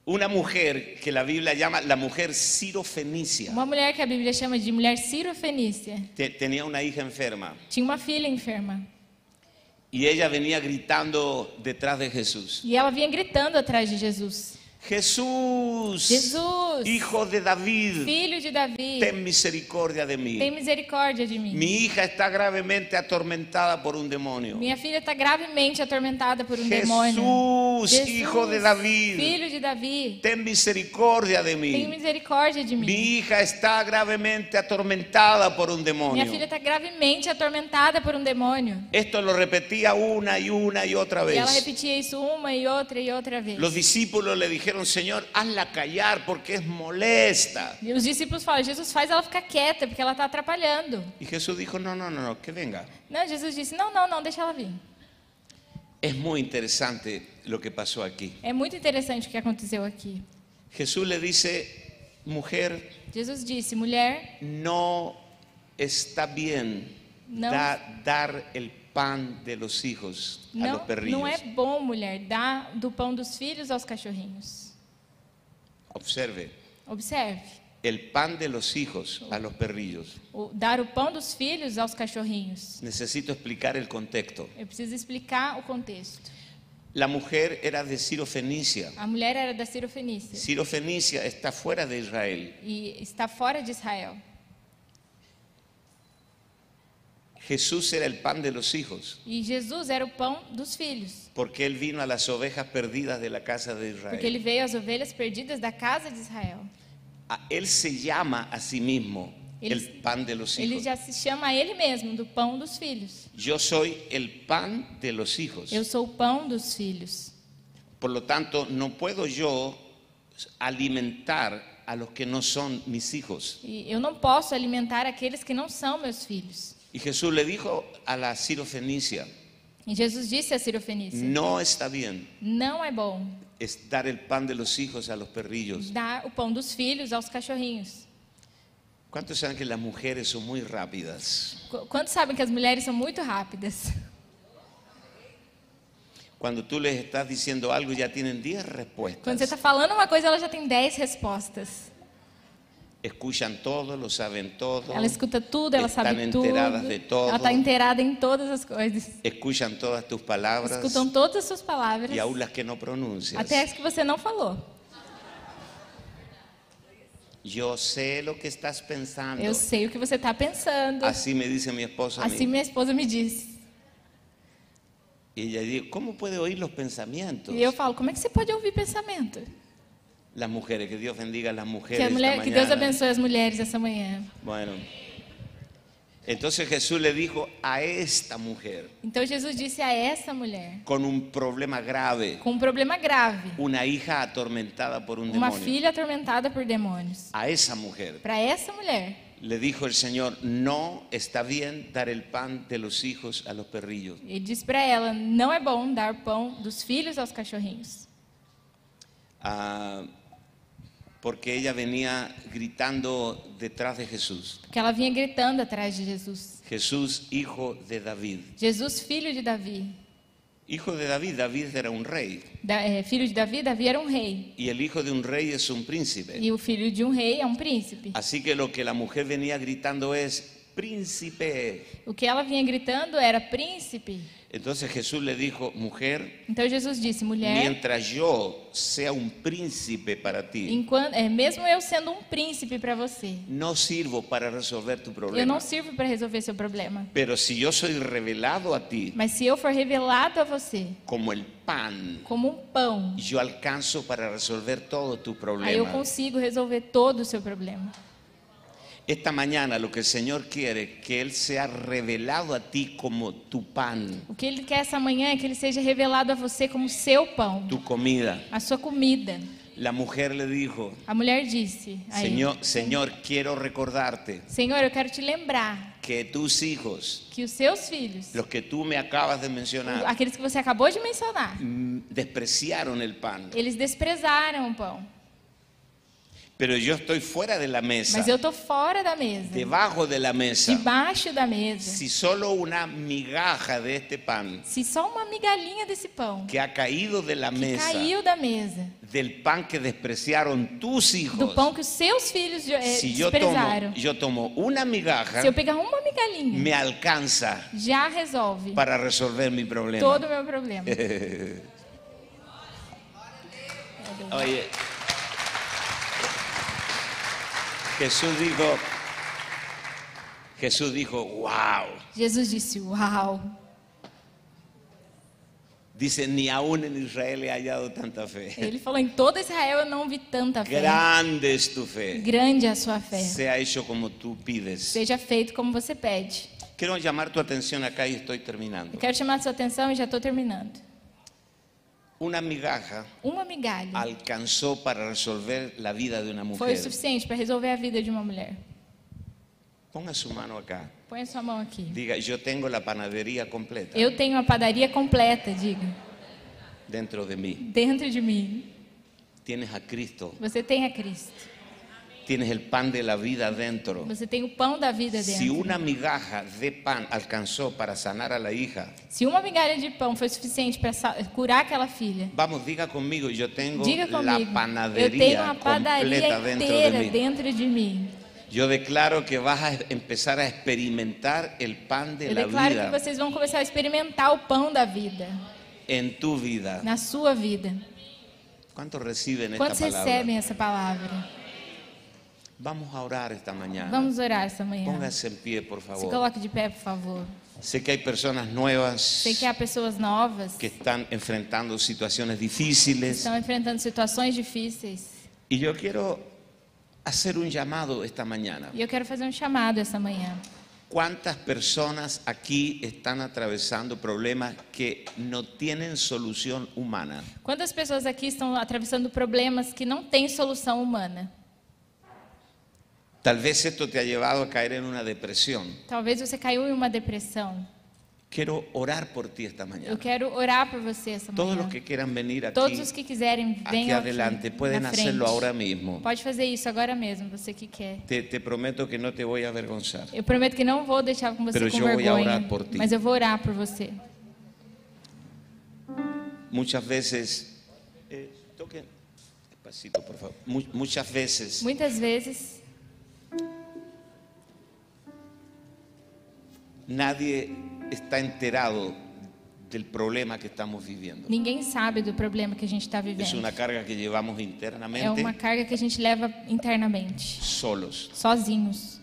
S1: una mujer que la Biblia llama la mujer sirofenicia
S2: Uma mulher que a Bíblia chama de mulher cirofenícia
S1: te- tenía una hija enferma
S2: tinha uma filha enferma.
S1: y ella venía gritando detrás de Jesús.
S2: E ela vinha gritando atrás de Jesus:
S1: Jesús,
S2: Jesús.
S1: hijo de David,
S2: Filho de Davi,
S1: ten misericordia de mí.
S2: tem misericórdia de mim.
S1: Mi hija está gravemente atormentada por un demonio.
S2: Minha filha está gravemente atormentada por um demônio.
S1: Jesús, hijo de David,
S2: filho de Davi,
S1: ten misericordia de
S2: tem
S1: mí.
S2: misericórdia de
S1: Mi
S2: mim.
S1: hija está gravemente atormentada por un
S2: Minha filha
S1: demonio.
S2: está gravemente atormentada por um demônio.
S1: Esto lo repetía una y una y otra
S2: E ela
S1: vez.
S2: repetia isso uma e outra e outra vez.
S1: Los discípulos le dijeron, Señor, hazla callar porque es molesta.
S2: E os discípulos falam: Jesus faz ela ficar quieta, porque ela está atrapalhando.
S1: Y Jesús dijo, no, no, no, no, que venga.
S2: Não, Jesus disse: Não, não, não, deixa ela vir.
S1: Es muy interesante lo que pasó aquí.
S2: É muito interessante o que aconteceu aqui.
S1: Jesús le dice, mujer,
S2: Jesus disse: Mulher,
S1: no está bien
S2: No.
S1: da- dar el pan de los hijos a los
S2: não,
S1: perrillos.
S2: não é bom, mulher, dar do pão dos filhos aos cachorrinhos.
S1: Observe,
S2: Observe:
S1: el pan de los hijos a los perrillos.
S2: o- dar o pão dos filhos aos cachorrinhos.
S1: Necesito explicar el contexto.
S2: Eu preciso explicar o contexto.
S1: La mujer era de Cirofenicia.
S2: A mulher era da Cirofenícia
S1: Cirofenicia está fuera de Israel.
S2: e está fora de Israel.
S1: Jesús era el pan de los hijos,
S2: E Jesus era o pão dos filhos,
S1: porque él vino a las ovejas perdidas de la casa de
S2: porque ele
S1: Israel.
S2: veio às ovelhas perdidas da casa de Israel.
S1: A- Ah, Él se llama a sí mismo
S2: Él-
S1: el pan de los
S2: Ele
S1: hijos.
S2: já se chama a ele mesmo do pão dos filhos.
S1: Yo soy el pan de los hijos.
S2: Eu sou o pão dos filhos.
S1: Por lo tanto, no puedo yo alimentar a los que no son mis hijos.
S2: E eu não posso alimentar aqueles que não são meus filhos.
S1: Y Jesús le dijo a la cirofenicia,
S2: E Jesus disse a Cirofenícia:
S1: no está bien
S2: Não é bom
S1: es dar el pan de los hijos a los perrillos.
S2: dar o pão dos filhos aos cachorrinhos.
S1: ¿Cuántos saben que las mujeres son muy rápidas?
S2: Qu- Quantos sabem que as mulheres são muito rápidas?
S1: Cuando tú les estás diciendo algo ya tienen 10 respuestas.
S2: Quando você está falando uma coisa, ela já tem 10 respostas.
S1: Escuchan todo, lo saben todo.
S2: Ela escuta tudo, ela
S1: Estão
S2: sabe tudo.
S1: inteiradas de todo.
S2: Ela está inteirada em todas as coisas.
S1: Escuchan todas tus palabras
S2: Escutam todas as suas palavras,
S1: y aún las que no pronuncias.
S2: até as que você não falou.
S1: Yo sé lo que estás pensando.
S2: Eu sei o que você está pensando.
S1: Así me dice mi esposa. a mí.
S2: Assim minha esposa me disse.
S1: Y ella dice, ¿cómo puede oír los pensamientos?
S2: E eu falo, como é que você pode ouvir pensamento?
S1: Las mujeres, que Dios bendiga a las mujeres.
S2: Que, a mulher-
S1: esta
S2: que Deus
S1: mañana.
S2: abençoe as mulheres essa manhã.
S1: Bueno. Entonces Jesús le dijo a esta mujer
S2: Então Jesus disse a essa mulher,
S1: con un problema grave,
S2: com um problema grave,
S1: una hija atormentada por un
S2: uma
S1: demonio.
S2: filha atormentada por demônios.
S1: A esa mujer
S2: Para essa mulher,
S1: le dijo el Señor, no está bien dar el pan de los hijos a los perrillos.
S2: ele disse para ela, não é bom dar pão dos filhos aos cachorrinhos.
S1: ah, porque ella venía gritando detrás de Jesús.
S2: Porque ela vinha gritando atrás de Jesus.
S1: Jesús, hijo de David.
S2: Jesus, filho de Davi.
S1: Hijo de David, David era un rey.
S2: Da- é, filho de Davi, Davi era um rei.
S1: Y el hijo de un rey es un príncipe.
S2: E o filho de um rei é um príncipe.
S1: Así que lo que la mujer venía gritando es, príncipe.
S2: O que ela vinha gritando era príncipe.
S1: Entonces Jesús le dijo, mujer,
S2: Então Jesus disse, mulher,
S1: mientras yo sea un príncipe para ti,
S2: enquanto, é, mesmo eu sendo um príncipe para você,
S1: no sirvo para resolver tu
S2: eu
S1: problema.
S2: não sirvo para resolver seu problema.
S1: Pero si yo soy revelado a ti
S2: Mas se eu for revelado a você
S1: como el pan,
S2: como um pão,
S1: yo alcanzo para resolver todos tus
S2: aí eu
S1: problemas.
S2: consigo resolver todo o seu problema.
S1: Esta mañana lo que el Señor quiere, que Él sea revelado a ti como tu pan,
S2: O que ele quer essa manhã é que ele seja revelado a você como seu pão,
S1: tu comida.
S2: a sua comida.
S1: La mujer le dijo,
S2: A mulher disse: a ele,
S1: Señor, Señor, quiero recordarte
S2: Senhor, eu quero te lembrar
S1: que tus hijos,
S2: que os seus filhos,
S1: los que tú me acabas de mencionar,
S2: aqueles que você acabou de mencionar,
S1: mm, despreciaron el pan.
S2: eles desprezaram o pão.
S1: Pero yo estoy fuera de la mesa,
S2: Mas eu tô fora da mesa,
S1: debajo de la mesa.
S2: debaixo da mesa.
S1: Si solo una migaja de este pan
S2: Se só uma migalhinha desse pão
S1: que ha caído de la
S2: que
S1: mesa,
S2: caiu da mesa,
S1: del pan que despreciaram tus
S2: do
S1: hijos,
S2: pão que os seus filhos eh,
S1: si yo
S2: desprezaram,
S1: tomo, yo tomo una migaja,
S2: se eu pegar uma migalhinha,
S1: me alcanza
S2: já resolve
S1: para resolver mi problema.
S2: todo o meu problema.
S1: Oye, Jesús dijo, Jesús dijo, wow.
S2: Jesus disse: Uau!
S1: Dice, ni aún en Israel he hallado tanta fe.
S2: Ele falou: Em toda Israel eu não vi tanta fé.
S1: Grande es tu fe.
S2: Grande é a sua fé.
S1: Sea hecho como tú pides.
S2: Seja feito como você pede.
S1: Quiero llamar tu atención acá y estoy
S2: Eu
S1: terminando.
S2: quero chamar a sua atenção e já estou terminando.
S1: Una migaja
S2: Uma migalha
S1: alcanzó para resolver la vida de una
S2: foi o
S1: mujer.
S2: suficiente para resolver a vida de uma mulher.
S1: Ponga su mano acá.
S2: Põe a sua mão aqui.
S1: Diga, yo tengo la panadería completa
S2: Eu tenho a padaria completa, diga.
S1: dentro de mí.
S2: Dentro de mim,
S1: Tienes a Cristo.
S2: você tem a Cristo.
S1: Tienes el pan de la vida dentro.
S2: Você tem o pão da vida
S1: Si
S2: dentro.
S1: una migaja de pan alcanzó para sanar a la hija,
S2: Se uma migalha de pão foi suficiente para sa- curar aquela filha,
S1: vamos, diga conmigo, yo tengo
S2: diga
S1: la
S2: comigo. Eu tenho
S1: panadería
S2: uma padaria
S1: completa dentro de
S2: inteira
S1: mí.
S2: dentro de mim.
S1: Yo declaro que vas a empezar a experimentar el pan de
S2: Eu
S1: la
S2: declaro que
S1: vida
S2: vocês vão começar a experimentar o pão da vida
S1: en tu vida.
S2: na sua vida.
S1: ¿Cuántos reciben esta
S2: Quantos
S1: palabra?
S2: recebem essa palavra?
S1: Vamos a orar esta mañana.
S2: Vamos orar essa manhã.
S1: Póngase en pie, por
S2: Se
S1: favor.
S2: coloque de pé, por favor.
S1: Sé que hay personas nuevas
S2: Sei que há pessoas novas
S1: que
S2: que
S1: están enfrentando situaciones difíciles.
S2: estão enfrentando situações difíceis.
S1: Y yo quiero hacer un llamado esta mañana.
S2: E eu quero fazer um chamado essa manhã.
S1: ¿Cuántas personas aquí están atravesando problemas que no tienen solución humana?
S2: Quantas pessoas aqui estão atravessando problemas que não têm solução humana?
S1: Tal vez esto te ha llevado a caer en una depresión.
S2: Talvez você caiu em uma depressão.
S1: Quiero orar por ti esta
S2: Eu
S1: mañana.
S2: quero orar por você essa
S1: Todos
S2: manhã.
S1: los que quieran venir
S2: Todos
S1: aquí,
S2: os que quiserem,
S1: aquí
S2: venham aqui
S1: adelante, pueden
S2: na frente.
S1: hacerlo ahora mismo.
S2: Pode fazer isso agora mesmo, você que quer.
S1: Te, te prometo que no te voy a avergonzar.
S2: Eu prometo que não vou deixar com você
S1: Pero
S2: com
S1: eu vou
S2: vergonha,
S1: orar por ti.
S2: mas eu vou orar por você.
S1: Muchas veces, eh, toquen despacito, por favor. Mu- muchas veces
S2: Muitas vezes
S1: nadie está enterado del problema que estamos viviendo.
S2: ninguém sabe do problema que a gente está
S1: Es
S2: vivendo.
S1: una carga que llevamos
S2: É uma
S1: internamente
S2: carga que a gente leva internamente,
S1: solos.
S2: sozinhos.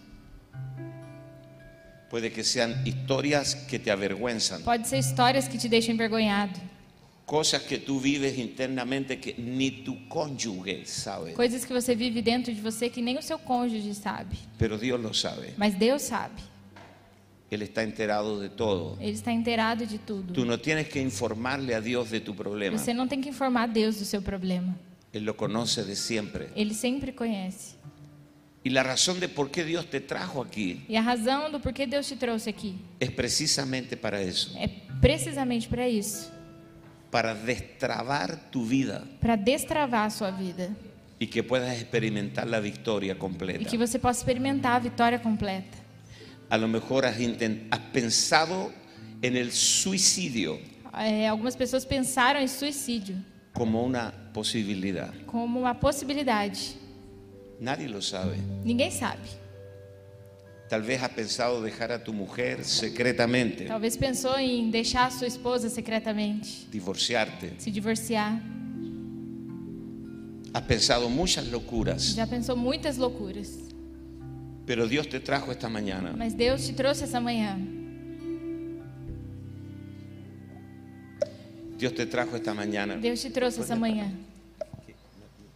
S1: Puede que sean historias que te avergüenzan,
S2: Pode ser histórias que te deixam envergonhado,
S1: cosas que tú vives internamente que ni tu cónyuge sabe,
S2: coisas que você vive dentro de você que nem o seu cônjuge sabe,
S1: pero Dios lo sabe.
S2: mas Deus sabe.
S1: Él está enterado de todo.
S2: Ele está inteirado de
S1: Tú
S2: tudo.
S1: no tienes que informarle a Dios de tu problema.
S2: Você não tem que informar Deus do seu problema.
S1: Él lo conoce de siempre.
S2: Ele sempre conhece.
S1: Y la razón de por qué Dios te trajo aquí
S2: E a razão do porquê Deus te trouxe aqui
S1: es precisamente para eso.
S2: é precisamente para isso.
S1: para destrabar tu vida
S2: para destravar a sua vida
S1: y que puedas experimentar la victoria
S2: e
S1: completa.
S2: que você possa experimentar a vitória completa.
S1: A lo mejor has, inten- has pensado en el suicidio
S2: É, algumas pessoas pensaram em suicídio
S1: como una posibilidad.
S2: como uma possibilidade.
S1: Nadie lo sabe.
S2: Ninguém sabe.
S1: Tal vez has pensado dejar a tu mujer secretamente,
S2: Talvez pensou em deixar a sua esposa secretamente,
S1: divorciarte.
S2: se divorciar.
S1: Has pensado muchas locuras,
S2: Já pensou muitas loucuras.
S1: pero Dios te trajo esta mañana
S2: Mas Deus te trouxe essa manhã.
S1: Dios te trajo esta mañana.
S2: Deus te trouxe essa manhã.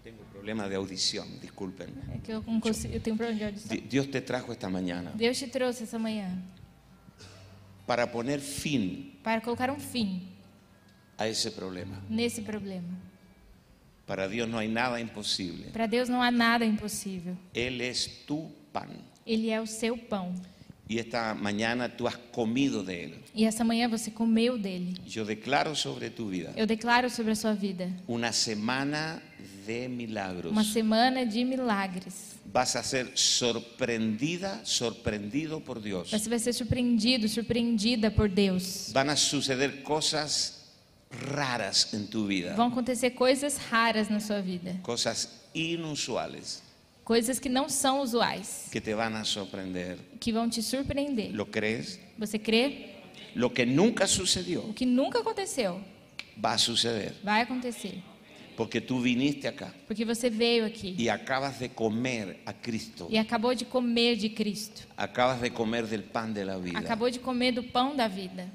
S1: Tengo problema de audición, disculpen.
S2: É que eu, não consigo, eu tenho um problema de audição.
S1: Di- Dios te trajo esta mañana
S2: Deus te trouxe essa manhã
S1: para poner fin
S2: para colocar um fim
S1: a ese problema.
S2: nesse problema.
S1: Para Dios no hay nada imposible.
S2: Para Deus não há nada impossível.
S1: Él es tu pan.
S2: Ele é o seu pão.
S1: Y esta mañana tú has comido de Él.
S2: E essa manhã você comeu dele.
S1: Yo declaro sobre tu vida
S2: Eu declaro sobre a sua vida
S1: una semana de milagros.
S2: uma semana de milagres.
S1: Vas a ser sorprendida, sorprendido por Dios.
S2: Você vai ser surpreendido, surpreendida por Deus.
S1: Van a suceder cosas raras en tu vida,
S2: Vão acontecer coisas raras na sua vida,
S1: cosas inusuales
S2: coisas que não são usuais,
S1: que te van a sorprender.
S2: que vão te surpreender.
S1: ¿Lo crees?
S2: Você crê?
S1: Lo que nunca sucedió
S2: O que nunca aconteceu
S1: va a suceder,
S2: vai acontecer,
S1: porque tú viniste acá
S2: porque você veio aqui
S1: y acabas de comer a Cristo.
S2: e acabou de comer de Cristo,
S1: Acabas de comer del pan de la vida.
S2: acabou de comer do pão da vida.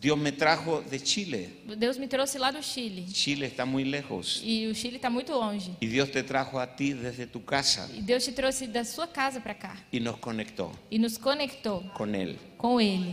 S1: Dios me trajo de Chile.
S2: Deus me trouxe lá do Chile
S1: Chile está muy lejos.
S2: e o Chile está muito longe.
S1: Y Dios te trajo a ti desde tu casa
S2: E Deus te trouxe da sua casa para cá
S1: y nos conectó
S2: e nos conectou
S1: con Él
S2: com Ele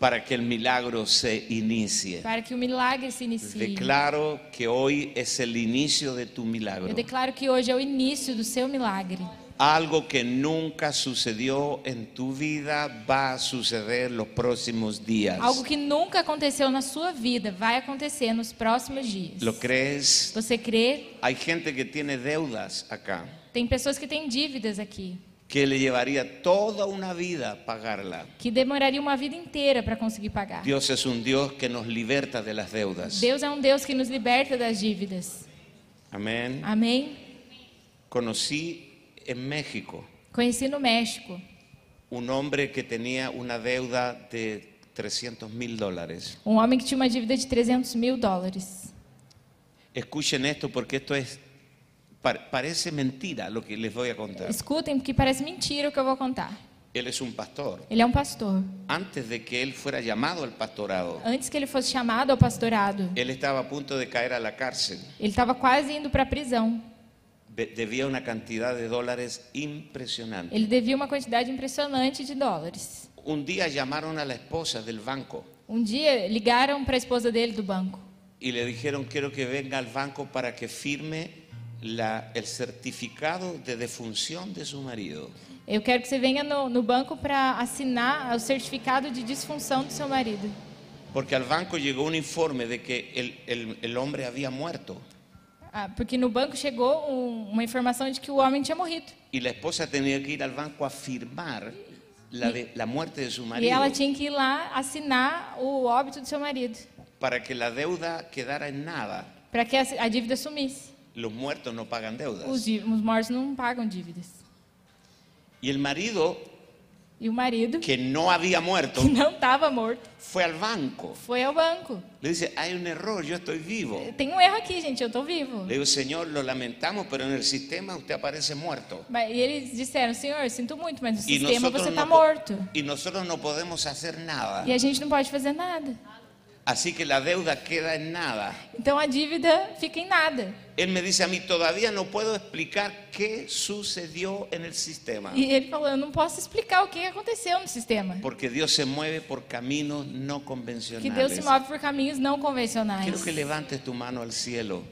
S1: para que el milagro se inicie.
S2: para que o milagre se inicie.
S1: Declaro que hoy es el inicio de tu milagro.
S2: Eu declaro que hoje é o início do seu milagre.
S1: Algo que nunca sucedió en tu vida va a suceder los próximos días.
S2: Algo que nunca aconteceu na sua vida vai acontecer nos próximos dias.
S1: ¿Lo crees?
S2: Você crê?
S1: Hay gente que tiene deudas acá
S2: Tem pessoas que têm dívidas aqui,
S1: que le llevaría toda una vida pagarla.
S2: que demoraria uma vida inteira para conseguir pagar.
S1: Dios es un Dios que nos liberta de las deudas.
S2: Deus é um Deus que nos liberta das dívidas.
S1: Amén.
S2: Amém?
S1: Conocí en México
S2: Conheci no México
S1: un hombre que tenía una deuda de 300 mil dólares.
S2: um homem que tinha uma dívida de 300 mil dólares.
S1: Escuchen esto porque esto es, par- parece mentira lo que les voy a contar.
S2: Escutem, porque parece mentira o que eu vou contar.
S1: Él es un pastor.
S2: Ele é um pastor.
S1: Antes de que él fuera llamado al pastorado,
S2: Antes que ele fosse chamado ao pastorado,
S1: él estaba a punto de caer a la cárcel.
S2: ele estava quase indo para a prisão.
S1: Be- Debía una cantidad de dólares impresionante.
S2: Ele devia uma quantidade impressionante de dólares.
S1: Un día llamaron a la esposa del banco
S2: Um dia ligaram para a esposa dele do banco
S1: y le dijeron quiero que venga al banco para que firme la- el certificado de defunción de su marido.
S2: Eu quero que você venha no, no banco para assinar o certificado de disfunção do seu marido.
S1: Porque al banco llegó un informe de que el, el- el hombre había muerto
S2: Ah, porque no banco chegou um- uma informação de que o homem tinha morrido.
S1: y la esposa tenía que ir al banco a firmar la, de- la muerte de su
S2: E
S1: marido
S2: ela tinha que ir lá assinar o óbito do seu marido,
S1: para que la deuda quedara en nada.
S2: para que a, a dívida sumisse.
S1: Los muertos no pagan
S2: Os,
S1: deudas.
S2: dí- os mortos não pagam dívidas.
S1: Y el marido,
S2: E o marido,
S1: que no había muerto,
S2: que não estava morto,
S1: fue al banco.
S2: foi ao banco.
S1: Le dice, hay un error, yo estoy vivo.
S2: Tem um erro aqui, gente, eu estou vivo.
S1: Le digo, Señor, lo lamentamos, pero en el sistema usted aparece muerto.
S2: Mas- e eles disseram, senhor, sinto muito, mas no
S1: Y
S2: sistema você está
S1: no po-
S2: morto.
S1: y nosotros no podemos hacer nada.
S2: E a gente não pode fazer nada.
S1: Así que la deuda queda en nada.
S2: Então a dívida fica em nada.
S1: Él me dice a mí, todavía no puedo explicar qué sucedió en el sistema.
S2: E ele falou: Eu não posso explicar o que aconteceu no sistema.
S1: Porque Dios se mueve por caminos no
S2: Que Deus se
S1: convencionales.
S2: move por caminhos não convencionais.
S1: Quiero que levantes tu mano al cielo.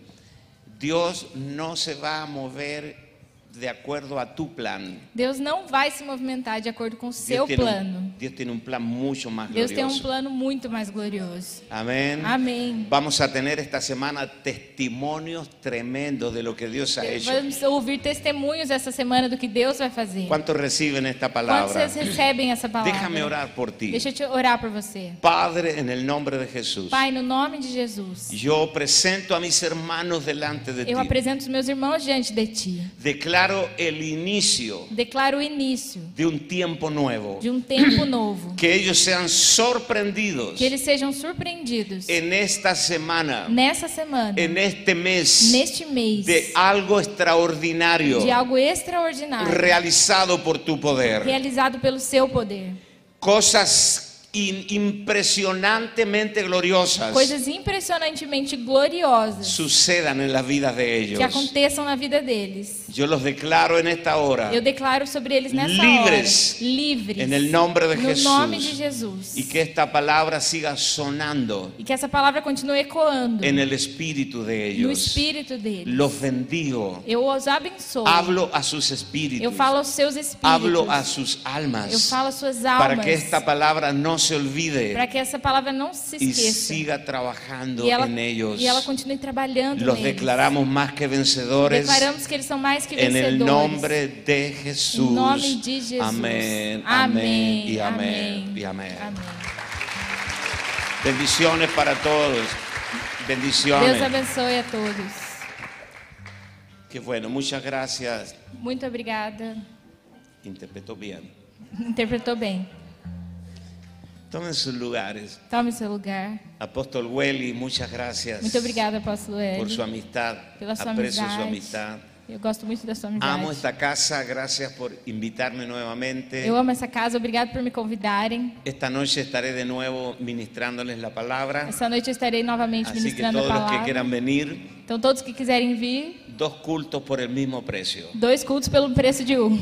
S1: Dios no se va a mover de acuerdo a tu plan.
S2: Deus não vai se movimentar de acordo com o seu
S1: Deus tiene un
S2: plano.
S1: Dios tiene un plan mucho más
S2: Deus
S1: um glorioso.
S2: tem um plano muito mais glorioso.
S1: Amén.
S2: Amén.
S1: Vamos a tener esta semana testimonios tremendos de lo que
S2: Tá,
S1: Dios ha hecho.
S2: Vamos ouvir testemunhos essa semana do que Deus vai fazer.
S1: ¿Cuántos reciben esta
S2: Quantos
S1: palabra?
S2: vocês recebem essa palavra?
S1: Déjame orar por ti.
S2: Deixa eu te orar por você.
S1: Padre, en el nombre de Jesús,
S2: Pai, no nome de Jesus,
S1: yo presento a mis hermanos delante de ti.
S2: eu apresento os meus irmãos diante de ti.
S1: Declaro el inicio
S2: Declaro o início
S1: de un tiempo nuevo.
S2: de um tempo novo.
S1: Que ellos sean sorprendidos
S2: Que eles sejam surpreendidos
S1: en esta semana,
S2: nessa semana,
S1: en este mes,
S2: neste mês,
S1: de algo extraordinario
S2: de algo extraordinário
S1: realizado por tu poder.
S2: realizado pelo seu poder.
S1: Cosas in- impresionantemente gloriosas
S2: Coisas impressionantemente gloriosas
S1: sucedan en las vidas de
S2: que
S1: ellos.
S2: aconteçam na vida deles.
S1: Yo los declaro en esta hora
S2: Eu declaro sobre eles nessa
S1: Livres.
S2: hora, livres,
S1: En el nombre de
S2: no
S1: Jesús.
S2: nome de Jesus,
S1: y que esta palabra siga sonando
S2: e que essa palavra continue ecoando
S1: en el espíritu de
S2: no
S1: ellos.
S2: espírito deles.
S1: Los bendigo.
S2: Eu os abençoo.
S1: Hablo a sus espíritus.
S2: eu falo aos seus espíritos.
S1: Hablo a sus almas.
S2: eu falo às suas almas.
S1: para que esta palabra no se olvide
S2: para que essa palavra não se
S1: y
S2: esqueça.
S1: siga trabajando
S2: e, ela,
S1: en ellos.
S2: e ela continue trabalhando
S1: Los
S2: neles.
S1: declaramos más que vencedores
S2: Declaramos que eles são mais que
S1: en
S2: vencedores.
S1: el nombre de Jesús.
S2: Em nome de Jesus.
S1: Amén, amén
S2: Amém.
S1: y amén,
S2: Amém.
S1: y amén.
S2: Amém.
S1: Bendiciones para todos.
S2: Deus
S1: Bendiciones.
S2: abençoe a todos.
S1: Qué bueno, muchas gracias.
S2: Muito obrigada.
S1: Interpretó bien.
S2: Interpretou bem.
S1: Tomen sus lugares.
S2: Tome seu lugar.
S1: Apóstol Welly, muchas gracias
S2: Muito obrigada, apóstolo
S1: por su
S2: Hélio,
S1: amistad.
S2: pela sua
S1: Aprecio
S2: amizade.
S1: su amistad.
S2: Eu gosto muito da sua amizade.
S1: Amo esta casa, gracias por invitarme nuevamente.
S2: Eu amo essa casa. Obrigado por me convidarem.
S1: Esta noche estaré de nuevo ministrándoles la palabra,
S2: Essa noite eu estarei novamente
S1: así Assim que
S2: ministrando a
S1: todos los que
S2: palavra.
S1: quieran venir,
S2: Então todos que quiserem vir,
S1: dos cultos por el mismo precio.
S2: dois cultos pelo preço de um.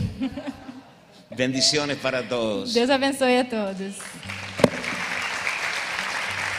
S1: Bendiciones para todos.
S2: Deus abençoe a todos.